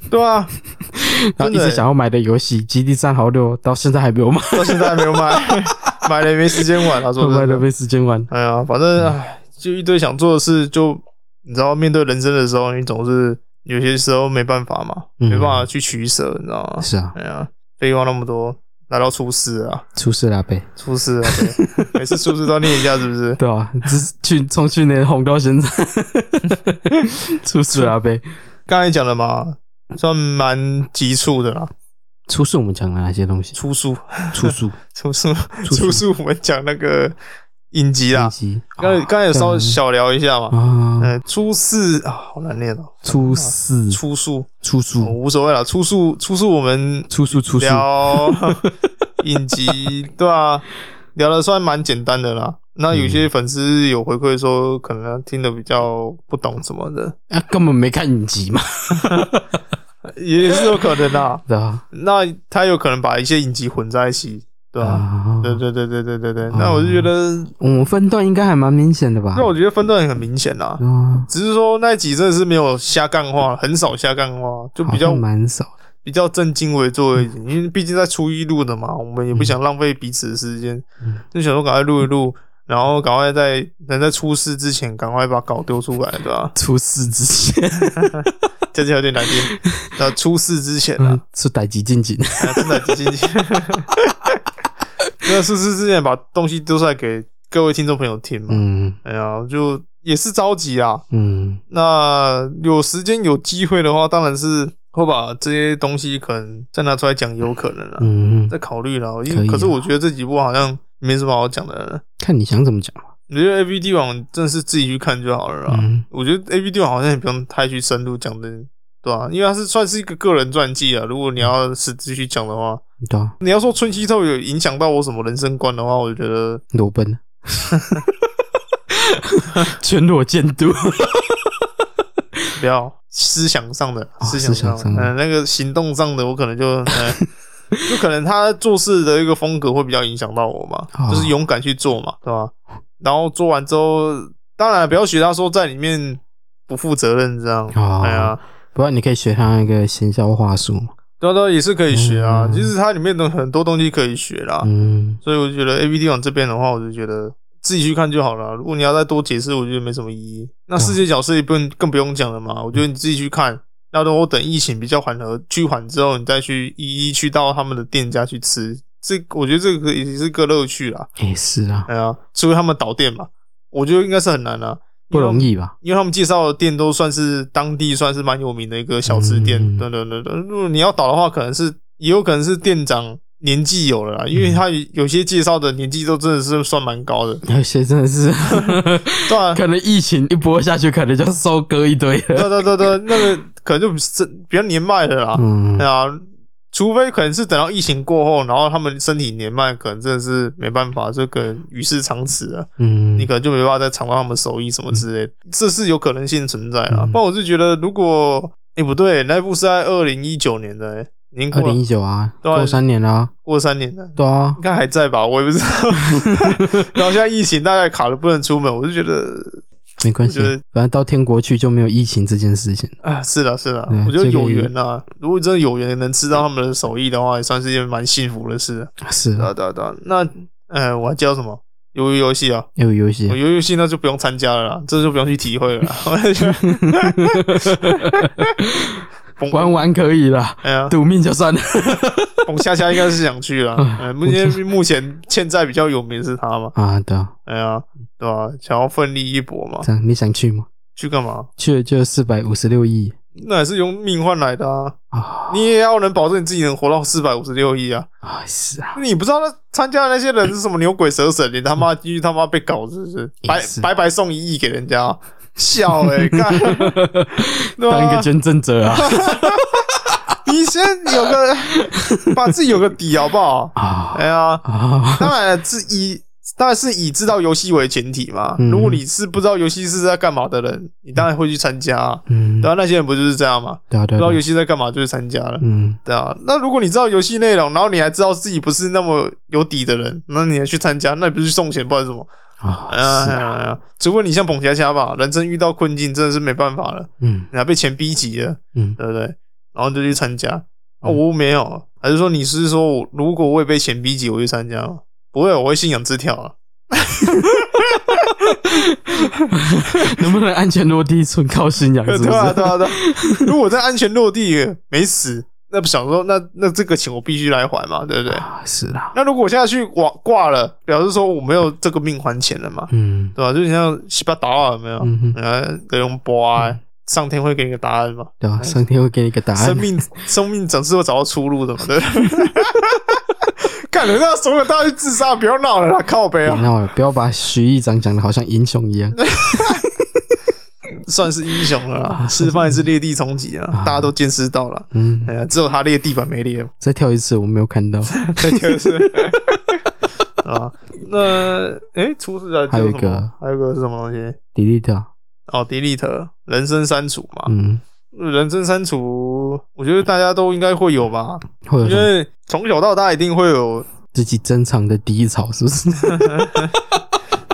B: 对啊，
C: 然后一
B: 哎
C: 直想要买的游戏《基地三号六》，到现在还没有买，
B: 到现在还没有买，买了也没时间玩啊，说
C: (laughs) 买
B: (laughs) 真
C: 了
B: 的。
C: 没时间玩。
B: 哎呀，反正
C: 嗯
B: 唉，就一堆想做的事，就你知道，面对人生的时候，你总是有些时候没办法嘛，
C: 嗯
B: 没办法去取舍，你知道吗？
C: 是啊，
B: 哎呀，废话那么多，来到出事了啊，
C: 出事了呗。
B: 出事了，
C: (laughs)
B: 对每次出事都要念一下，是不是？
C: 对啊，只是去从去年红到现在，出事了呗。
B: 刚才讲的嘛，算蛮急促的啦，
C: 出事我们讲了哪些东西？
B: 出书，
C: 出
B: (laughs)
C: 书、
B: 出书，
C: 出
B: 出
C: 书、嗯
B: 书，我们讲那个影集啦
C: 以，及
B: 啊刚才刚才有稍微小聊一下嘛，
C: 啊，
B: 嗯，出事啊，好难念哦，
C: 出事、
B: 出书，
C: 出
B: 哦
C: 书、
B: 无所谓了，出书，出书，我们
C: 出书、出书，
B: 聊 (laughs) 影集，对啊，聊的算蛮简单的啦。那有些粉丝有回馈说，可能听得比较不懂什么的，
C: 啊，根本没看影集嘛，
B: 也是有可能啦。
C: 对啊，
B: 那他有可能把一些影集混在一起，对啊，
C: 啊，
B: 对对对对对对对。那我就觉得，
C: 我们分段应该还蛮明显的吧？
B: 那我觉得分段很明显啦。
C: 啊，
B: 只是说那一集真的是没有瞎干话，很少瞎干话，就
C: 好
B: 比较
C: 像蛮少的，
B: 比较正襟危坐一点，
C: 嗯
B: 因为毕竟在初一录的嘛，我们也不想浪费彼此的时间，
C: 嗯？
B: 就想说赶快录一录，然后赶快在能在出事之前赶快把稿丢出来，对吧
C: (laughs) 出事之前，
B: 这就有点难听。那出事之前啊
C: 嗯，是逮鸡进进，
B: 啊真的几斤？
C: (laughs)
B: 那出事之前把东西丢出来给各位听众朋友听嘛。
C: 嗯
B: 哎呀，就也是着急啊。
C: 嗯
B: 那有时间有机会的话，当然是会把这些东西可能再拿出来讲，有可能啊。
C: 嗯，
B: (laughs) 在考虑了，因
C: 可
B: 为
C: 以啊
B: 可是我觉得这几部好像没什么好讲的了。
C: 看你想怎么讲吧，
B: 我觉得 A V D 网真的是自己去看就好了啦。
C: 嗯
B: 我觉得 A V D 网好像也不用太去深入讲的，对啊，因为它是算是一个个人传记啊。如果你要实质去讲的话，
C: 对啊，
B: 你要说春熙透有影响到我什么人生观的话，我觉得
C: 裸奔， (laughs) 全裸监督，
B: 不要思想上的，思
C: 哦思想
B: 想
C: 上
B: 上
C: 的
B: 的，嗯，那个行动上的，我可能
C: (laughs)
B: 就。呃就可能他做事的一个风格会比较影响到我嘛
C: 哦，
B: 就是勇敢去做嘛，对吧？然后做完之后，当然不要学他说在里面不负责任这样，
C: 哦
B: 哎呀，
C: 不然你可以学他那个行销话术嘛，
B: 对啊对啊也是可以学啊
C: 嗯。
B: 其实它里面的很多东西可以学啦，
C: 嗯
B: 所以我觉得 A B D 网这边的话，我就觉得自己去看就好了。啊如果你要再多解释，我觉得没什么意义。那世界角色也不用更不用讲了嘛，我觉得你自己去看。要等我等疫情比较缓和、趋缓之后，你再去一一去到他们的店家去吃。这我觉得这个也是个乐趣啦。
C: 也是啊，
B: 哎呀，除非他们倒店嘛，我觉得应该是很难啊，
C: 不容
B: 易。
C: 易吧？
B: 因为他们介绍的店都算是当地算是蛮有名的一个小吃店
C: 嗯，
B: 等等等等。如果你要倒的话，可能是也有可能是店长年纪有了啦，因为他有些介绍的年纪都真的是算蛮高的，
C: 有些真的 (laughs) 是，
B: 对啊，
C: 可能疫情一波下去，可能就收割一堆了。
B: 对对对对，那个可能就比是比较年迈的啦，
C: 嗯
B: 对，啊，除非可能是等到疫情过后，然后他们身体年迈，可能真的是没办法，就可能与世长辞了，
C: 嗯
B: 你可能就没办法再偿还他们手艺什么之类的，这是有可能性存在啦。
C: 嗯
B: 不然我是觉得，如果哎、不对，那一部是在二零一九年的、欸，已经
C: 二
B: 过
C: 零
B: 了
C: 一九啊，
B: 对啊
C: 过三年啦、
B: 过三年了。
C: 对啊，
B: 应该还在吧，我也不知道。
C: (laughs)
B: 然后现在疫情大概卡了不能出门，我就觉得
C: 没关系
B: 我觉得，
C: 反正到天国去就没有疫情这件事情。
B: 啊，是的，是的
C: 对，
B: 我觉得
C: 这个
B: 有
C: 也
B: 缘啊。如果真的有缘能吃到他们的手艺的话，也算是一件蛮幸福的事。
C: 是
B: 对啊
C: 啊，
B: 对啊对啊，那呃，我还教什么？鱿鱼游戏啊，
C: 又有游戏
B: 我，鱿鱼游戏那就不用参加了啦，这就不用去体会
C: (laughs)
B: 了啦。 (laughs) 我就觉得蹦
C: 玩玩可以啦，
B: 哎呀，
C: 赌命就算了。
B: 蹦夏夏应该是想去啦。
C: 嗯
B: 哎，目前目前欠债比较有名是他嘛，
C: 啊，对啊，
B: 哎呀，对吧、想要奋力一搏嘛，
C: 这样你想去吗？
B: 去干嘛？
C: 去了就四百五十六亿
B: 那也是用命换来的啊！
C: 啊！
B: 你也要能保证你自己能活到四百五十六亿啊！
C: 啊，是啊，
B: 你不知道那参加的那些人是什么牛鬼蛇神，你他妈继续他妈被搞是不是？
C: 也
B: 白
C: 是
B: 白白送一亿给人家，笑哎、欸，
C: (laughs)
B: 干，对
C: 当一
B: 吧
C: 个、捐赠者啊
B: 你先有个 (laughs) 把自己有个底好不好？
C: 啊
B: 哎呀，
C: (laughs) 啊！
B: 当然了，是以当然是以知道游戏为前提嘛。
C: 嗯
B: 如果你是不知道游戏是在干嘛的人，你当然会去参加、啊。
C: 嗯，
B: 然
C: 对
B: 后那些人不就是这样嘛？
C: 啊，
B: 不
C: 对
B: 知道
C: 啊
B: 游，戏在干嘛就去参加了。
C: 嗯，
B: 对啊，那如果你知道游戏内容，然后你还知道自己不是那么有底的人，那你还去参加，那你不是去送钱，不然什么？
C: 啊，
B: 哎呀
C: 是
B: 哎
C: 啊，
B: 呀哎呀，除非你像彭佳佳吧，人生遇到困境真的是没办法了，
C: 嗯
B: 你还被钱逼急了，
C: 嗯，
B: 对不对？然后就去参加。啊，
C: 嗯
B: 我没有，还是说你是说我如果我也被钱逼急，我去参加吗？不会，我会信仰枝条啊。
C: 能不能安全落地，纯靠信仰，是不
B: (laughs) 对啊，对
C: 是？
B: 啊，对啊。如果我在安全落地没死，那不想说那那这个钱我必须来还嘛，对不对？
C: 啊，是啊，
B: 那如果我现在去挂挂了，表示说我没有这个命还钱了嘛，
C: 嗯
B: 对吧、就像西巴达啊尔有没有？
C: 嗯哼，嗯
B: 呃，德隆波啊，上天会给你个答案嘛？
C: 对啊，上天会给你一个答案
B: 生。命，生命总是会找到出路的嘛，对不
C: (laughs)
B: 对？看人家所有大去自杀，不要闹了啦，靠背
C: 别
B: 啊，
C: 闹了，不要把徐议长讲的好像英雄 (laughs) 一样。
B: 算是英雄了
C: 啊
B: 啦，示范一次裂地冲击啊，大家都见识到了。
C: 嗯，
B: 哎呀，只有他裂地板没裂，
C: 再跳一次，我没有看到。
B: 这 (laughs) 就是
C: (laughs)
B: 啊。那诶，除此之外
C: 还有一
B: 什么
C: 个
B: 还有一个是什么东西？
C: delete 掉。
B: 哦，delete 人生删除嘛，
C: 嗯，
B: 人生删除，我觉得大家都应该会有吧，
C: 会有
B: 因
C: 什么
B: 为从小到大一定会有，
C: 自己珍藏的低潮，是不 (laughs) 是？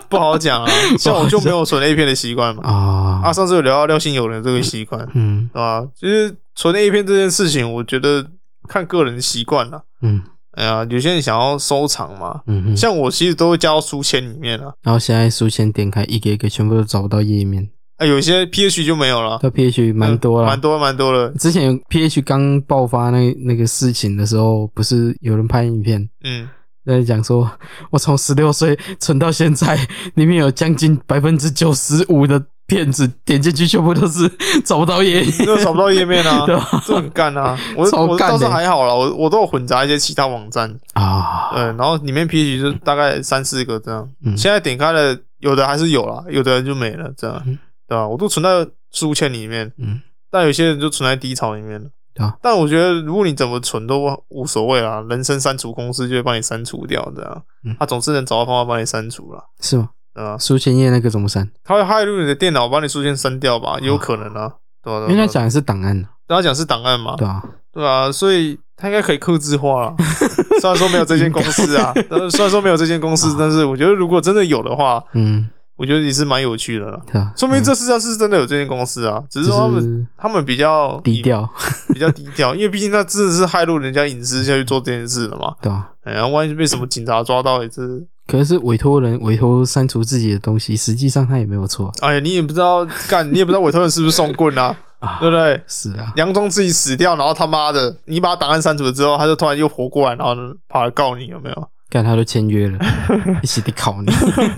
B: 不好讲
C: (laughs)
B: 啊。像我就没有存 A 片的习惯嘛，
C: 啊
B: 啊，，上次有聊到廖信友人这个习惯，
C: 嗯
B: 对吧？其实存 A 片这件事情，我觉得看个人习惯啦。
C: 嗯
B: 哎呀，有些人想要收藏嘛，
C: 嗯嗯。
B: 像我其实都会加到书签里面啊，
C: 然后现在书签点开，一个一个全部都找不到页面。
B: 啊，有些 PH 就没有了，
C: 到 PH 蛮
B: 嗯
C: 多了
B: 蛮。多蛮多了，
C: 之前有 PH 刚爆发那那个事情的时候，不是有人拍影片
B: 嗯，
C: 在讲说，我从十六岁存到现在，里面有将近百分之九十五的骗子点进去，全部都是找不
B: (laughs)
C: 到页面，
B: 那找不到页面啊
C: (laughs) 对。吧？
B: 这很干啊！我
C: 超
B: 我
C: 干
B: 倒是
C: 的
B: 还好啦，我我都有混杂一些其他网站，
C: 啊，
B: 嗯，然后里面 PH 就大概三四个这样，
C: 嗯
B: 现在点开了，有的还是有啦，有的就没了，这样，
C: 嗯
B: 对吧、啊我都存在书签里面，
C: 嗯，
B: 但有些人就存在低潮里面了。
C: 对啊
B: 但我觉得如果你怎么存都无所谓啊，人生删除公司就会帮你删除掉，这样，
C: 嗯
B: 他总是能找到方法帮你删除了，
C: 是吗？
B: 对吧、
C: 书签页那个怎么删？
B: 他会骇入你的电脑，把你书签删掉吧，也有可能啊，对吧、对吧
C: 因为
B: 对
C: 他
B: 吧
C: 讲的是档案，啊
B: 他讲是档案嘛，
C: 对啊，
B: 对啊，所以他应该可以克制化
C: (laughs)
B: 了。虽然说没有这间公司啊，但是虽然说没有这间公
C: 啊
B: 司，但是我觉得如果真的有的话，
C: 嗯，
B: 我觉得也是蛮有趣的啦。
C: 对啊，嗯
B: 说明这世上是真的有这间公司啊，只是说他
C: 就
B: 们
C: 是
B: 他们比较
C: 低，调，
B: 比较低
C: (laughs)
B: 调，因为毕竟他真的是害入人家隐私下去做这件事了嘛。
C: 对啊。
B: 哎呀，万一被什么警察抓到也是，
C: 可是委托人委托删除自己的东西，实际上他也没有错
B: 哎呀，你也不知道干，你也不知道委托人是不是送棍啊，
C: (laughs) 啊
B: 对。不对？
C: 是啊，
B: 梁中自己死掉，然后他妈的，你把档案删除之后，他就突然又活过来，然后跑来告你，有没有？
C: 干他都签
B: (laughs)
C: 约了，一起得考你， (laughs) 干、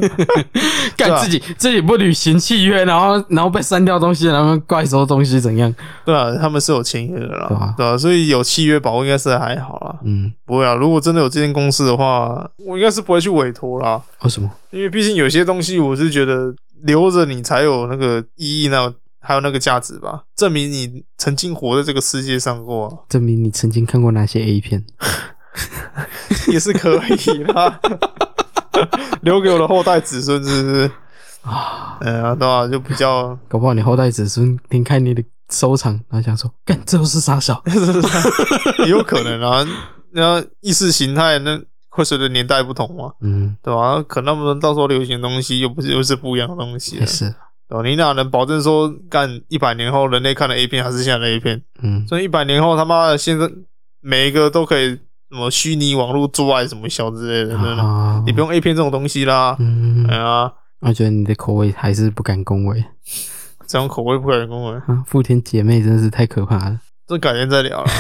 B: 对啊
C: 自己自己不履行契约，然后然后被删掉东西，然后怪收东西怎样？
B: 对啊，他们是有签约的啦，
C: 对啊
B: 对啊，所以有契约保护应该是还好啦。
C: 嗯，
B: 不会啊，如果真的有这间公司的话，我应该是不会去委托啦，
C: 为什么？
B: 因为毕竟有些东西我是觉得留着你才有那个意义，那有还有那个价值吧，证明你曾经活在这个世界上过啊、 (laughs)
C: 证明你曾经看过哪些 A 片？
B: 也是可以
C: (laughs)
B: 啦。留给我的后代子孙是不是？
C: 啊，
B: 嗯啊，对啊，就比较，
C: 搞不好你后代子孙听看你的收藏，然后想说，干这又是傻小
B: (laughs) 也有可能啊。那意识形态那会随着年代不同嘛，
C: 嗯，
B: 对吧、可能他们到时候流行的东西又不是又 (laughs) 是不一样的东西了
C: 也，是，
B: 对吧、啊你哪能保证说干一百年后人类看的 A 片还是现在的 A 片？
C: 嗯，
B: 所以一百年后他妈的现在每一个都可以什么虚拟网络做爱什么小之类的，真的
C: 啊
B: 你不，用 A 片这种东西啦。
C: 嗯
B: 哎，呀，
C: 我觉得你的口味还是不敢恭维
B: 这种口味不敢恭维。
C: 啊！富田姐妹真是太可怕了，
B: 这改天再聊 (laughs) 了。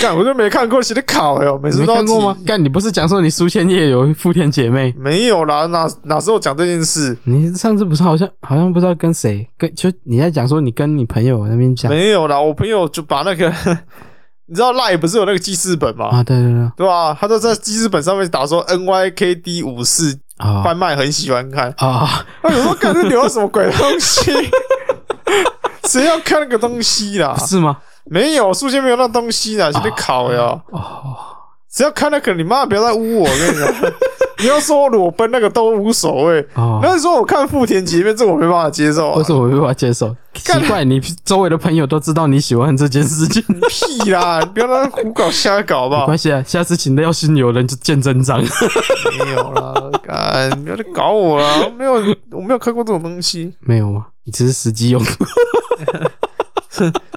B: 干，我就没看过，写的考哟，每
C: 你
B: 次
C: 没
B: 都要
C: 看过吗
B: 提？？
C: 干，你不是讲说你书签夜游富田姐妹？
B: 没有啦，哪哪时候讲这件事？
C: 你上次不是好像好像不知道跟谁跟就你在讲说你跟你朋友那边讲
B: 没有啦，我朋友就把那个， (laughs) 你知道赖不是有那个记事本吗？
C: 啊？对对对，
B: 对吧、他就在记事本上面打说 N Y K D 五四
C: 啊
B: 贩卖很喜欢看，
C: 啊，
B: 哎，我说干这留什么鬼东
C: (laughs)
B: 西？谁要看那个东西啦
C: 不？是吗？
B: 没有，书签没有那东西啦，写的考哟。
C: 哦，
B: 只要看那个，你妈不要再污我，我跟你讲， (laughs) 你要说我裸奔那个都无所谓。
C: 哦
B: 但是说我看富田姐妹，这我没办法接受、啊
C: 为。什么没办法接受？奇怪，你周围的朋友都知道你喜欢这件事情，
B: 屁啦，你不要乱胡搞瞎搞好不
C: 没
B: 好
C: 关？系啊，下次请的要是有人就见真 (laughs) 章。
B: 没有啦，干，你不要再搞我啦！没有，我没有看过这种东西，
C: 没有吗？你只是实际用。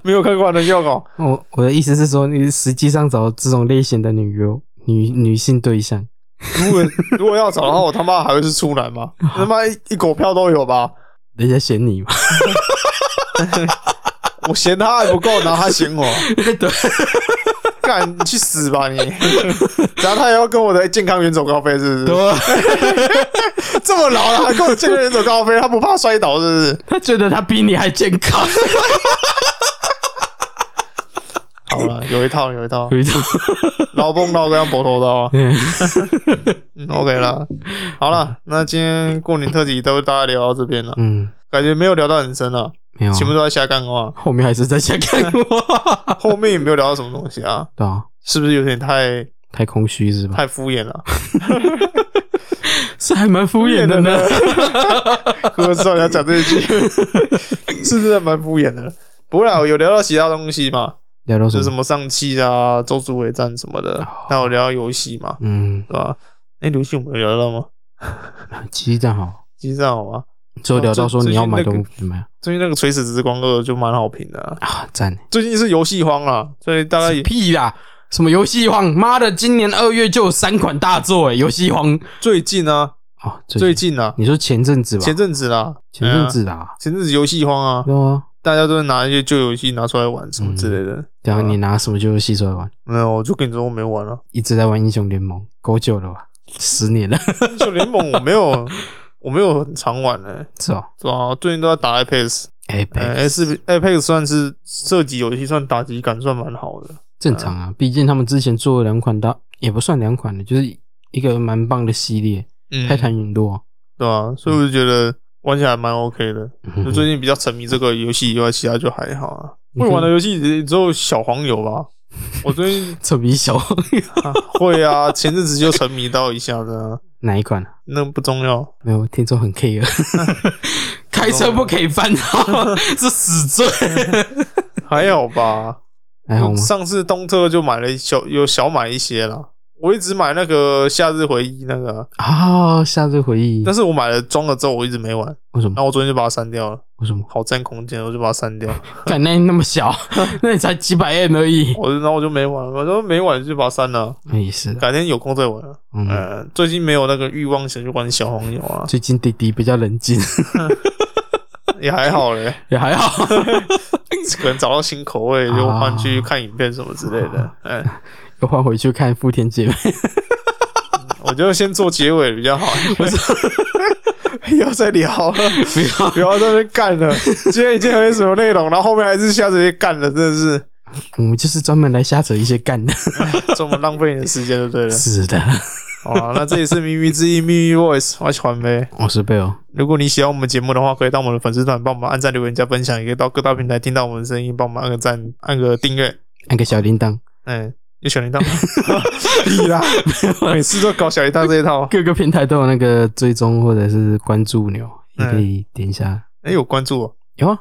B: 没有看过还能要搞。
C: 我我的意思是说，你实际上找这种类型的女优女女性对象，
B: 如果如果要找的话，我他妈还会是处男
C: (laughs)
B: 吗？他妈一一狗票都有吧？
C: 人家嫌你嘛？
B: 我嫌他还不够，然后他嫌我，
C: (laughs) 对，
B: 干，你去死吧
C: (laughs)
B: 你！然后他也要跟我的健康元走高飞，是不是？
C: 对，
B: 这么老了还跟我健身走高飞，他不怕摔倒是不是？
C: 他觉得他比你还健 (laughs) 康。
B: 好了，有一套有一套，
C: 有一种，
B: 老蹦老样搏头刀啊，
C: 嗯
B: 嗯，OK 了。好了，那今天过年特辑都大概聊到这边了，
C: 嗯，
B: 感觉没有聊到很深了，
C: 没有啊，
B: 全部都在瞎干话，
C: (laughs) 后面还是在想看
B: (laughs)
C: 我，
B: 后面也没有聊到什么东西啊，
C: 对啊，
B: 是不是有点太
C: 太空虚是吧？
B: 太敷衍了？
C: (laughs) 是还蛮敷衍的呢。
B: 我知道你要讲这一句， (laughs) 是不是蛮敷衍的？不会啦，有聊到其他东西嘛，
C: 聊到什
B: 就是什
C: 么？
B: 么上汽啊、周助伟战什么的，还有聊到游戏嘛，
C: 嗯，
B: 对吧？哎，游戏我们有聊到吗？
C: 鸡蛋好，
B: 其实这样好吗？
C: 最后聊到说你要买
B: 哦最
C: 东
B: 近
C: 西买
B: 最近那个《垂死之光二》就蛮好评的啊、
C: 啊，赞。
B: 最近是游戏荒啊，所以大概也
C: 屁啦！什么游戏荒？妈的，今年二月就有三款大作哎、游戏荒
B: 最近啊，
C: 哦，最
B: 最
C: 近
B: 近啊，
C: 你说前阵子吧，
B: 前
C: 前
B: 阵子啦，
C: 阵
B: 哎呀
C: 子啦，
B: 前阵子游戏荒啊，
C: 对啊，
B: 大家都是拿一些旧游戏拿出来玩什么之类的。
C: 然后你拿什么游戏出来玩？
B: 没有，我就跟你说我没玩啊 (laughs) 了，
C: 一直在玩英雄联盟，够久了吧？十年了， (laughs)
B: 英雄联盟我没有，我没有很常玩嘞、
C: 是吧？
B: 是吧？最近都在打 Apex，
C: 哎、
B: 呃，S Apex 算是射击游戏，算打击感算蛮好的。
C: 正常
B: 嗯
C: 啊，毕竟他们之前做了两款大，也不算两款的，就是一个蛮棒的系列，
B: 嗯
C: 《泰坦陨落
B: 对吧、所以我就觉得玩起来蛮 OK 的。》
C: 嗯
B: 就最近比较沉迷这个游戏以外，其他就还好啊。
C: 你
B: 会
C: 可以
B: 玩的游戏只只有小黄油吧。我最近、
C: (laughs) 臭皮
B: (laughs)
C: 小 (laughs)
B: 啊、会啊，前阵子就沉迷到一下的啊， (laughs)
C: 哪一款、啊？
B: 那不重要。
C: 没有，听说
B: (laughs)
C: 很 care，开车不可以翻号， (laughs) 是
B: (laughs)
C: 死罪。哎
B: 还好吧。
C: 还好吗？
B: 上次东特就买了一小有小买一些啦。我一直买那个《夏日回忆》那个啊，
C: 啊、夏日回忆
B: 但，是哦我买了装了之后，我一直没玩。
C: 为什
B: 然
C: 么？
B: 后我昨天就把它删掉了，
C: 为什么？
B: 好占空间，我就把它删掉。
C: 干那那
B: (laughs)
C: 么小，那你才几百 M 而已。
B: 我就然后我就没玩了，我说没玩就把它删了，
C: 那也是，
B: 改天有空再玩啊。
C: 嗯，
B: 呃，最近没有那个欲望想去玩小黄油啊，
C: 最 (laughs) 近弟弟比较冷静， (laughs)
B: 也还好嘞。 (laughs)
C: 也还好。
B: 可能找到新口味，就换去
C: 啊
B: 看影片什么之类的。嗯，
C: 又换回去看《富田姐妹》，
B: 我觉得先做结尾比较好，不是不 (laughs) 要再聊了。
C: 不要
B: (laughs) 不要在那边干了，今天已经没什么内容，然后后面还是瞎直接干了，真的是
C: (laughs) 我们就是专门来瞎扯一些
B: (laughs)
C: 干的。
B: 这么浪费你的时间就对 (laughs) 了。
C: 是的，
B: 好了，那这里是咪咪之音咪咪 voice，我是传媒。
C: 我哦是贝尔，
B: 如果你喜欢我们节目的话，可以到我们的粉丝团帮我们按赞、留言、加分享，也可以到各大平台听到我们的声音，帮我们按个赞、按个订阅。
C: 按个小铃铛，
B: 嗯，有小 (laughs) 铃铛吗？你啦，每次都搞小铃铛这一套。
C: 各个平台都有那个追踪或者是关注钮，
B: 嗯
C: 也可以点一下。
B: (laughs) 哎、有关注我
C: 有啊，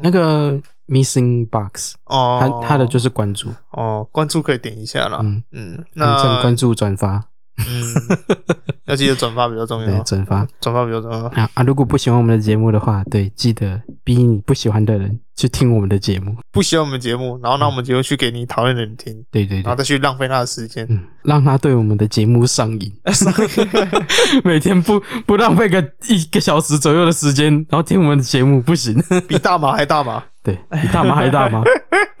C: 那个 Missing Box，
B: 哦，
C: 它它的就是关注，
B: 哦，关注可以点一下啦。
C: 嗯，
B: 嗯，那
C: 按赞、关注、转发， (laughs)
B: 嗯，要记得转发比较重
C: 对
B: 要，，
C: 转发。
B: 转发比较重要。
C: 啊啊！如果不喜欢我们的节目的话，对，记得逼你不喜欢的人去听我们的节目。
B: 不喜欢我们节目，然后让我们节目去给你讨厌的人听，
C: 对对
B: 然后
C: 对，
B: 再去浪费他的时
C: (laughs)
B: 间。
C: 嗯，让他对我们的节目上瘾，
B: (laughs)
C: 每天不不浪费个一个小时左右的时间，然后听我们的节目不行。
B: 比大麻还大麻，
C: 对，比大麻还大麻。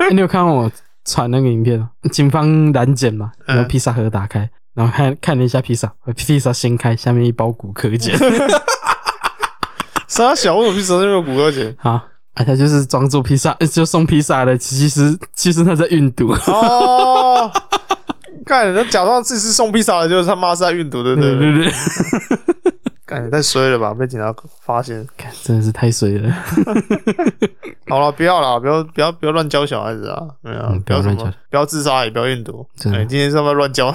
C: 欸你有看到我传那个影片吗？警方拦检嘛，
B: 嗯
C: 然后披萨盒打开，然后看看了一下披萨，披萨掀开，下面一包骨科碱
B: 傻小为什么去折那个骨科
C: (laughs)
B: 节？
C: 啊。啊，他就是装作披萨，呃就送披萨的，其实其实他在运毒，
B: 哦，干，他假装自己是送披萨的，就是他妈是在运毒的，对
C: 对
B: 不对？
C: 对对，
B: 干，你太衰了吧，被警察发现。
C: 看真的是太水了，
B: 好了，不要啦，不要不要不要乱教小孩子啊！对啊，
C: 嗯
B: 不要什
C: 不要乱
B: 么
C: 教，
B: 不要自杀，也不要运毒。
C: 真的
B: 哎今天是要不要乱
C: (laughs)
B: 教？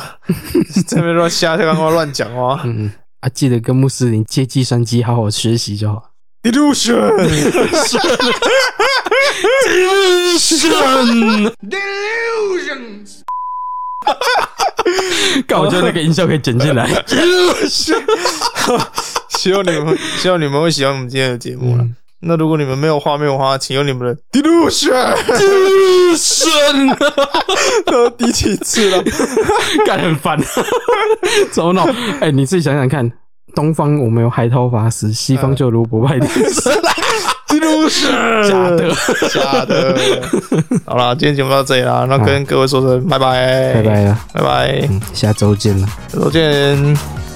B: 这边乱瞎，刚刚乱讲话。
C: 嗯嗯啊，记得跟穆斯林借计算机好好学习就好。
B: Delusion，
C: 看，我觉得那个音效可以剪进来。
B: (laughs) 希望你们希望你们会喜欢我们今天的节目了。那如果你们没有画面的话，请用你们的 delusion
C: 神，
B: (laughs) 都第几次了？
C: 干很烦， (laughs) 怎么弄？哎，你自己想想看，东方我们有海涛法师，西方就有罗伯拜天师，
B: delusion
C: 假的，
B: 假的。好啦，今天节目到这里啦，那跟各位说声拜拜，
C: 拜拜，了，
B: 拜拜，
C: 嗯，下周见了。
B: 再见。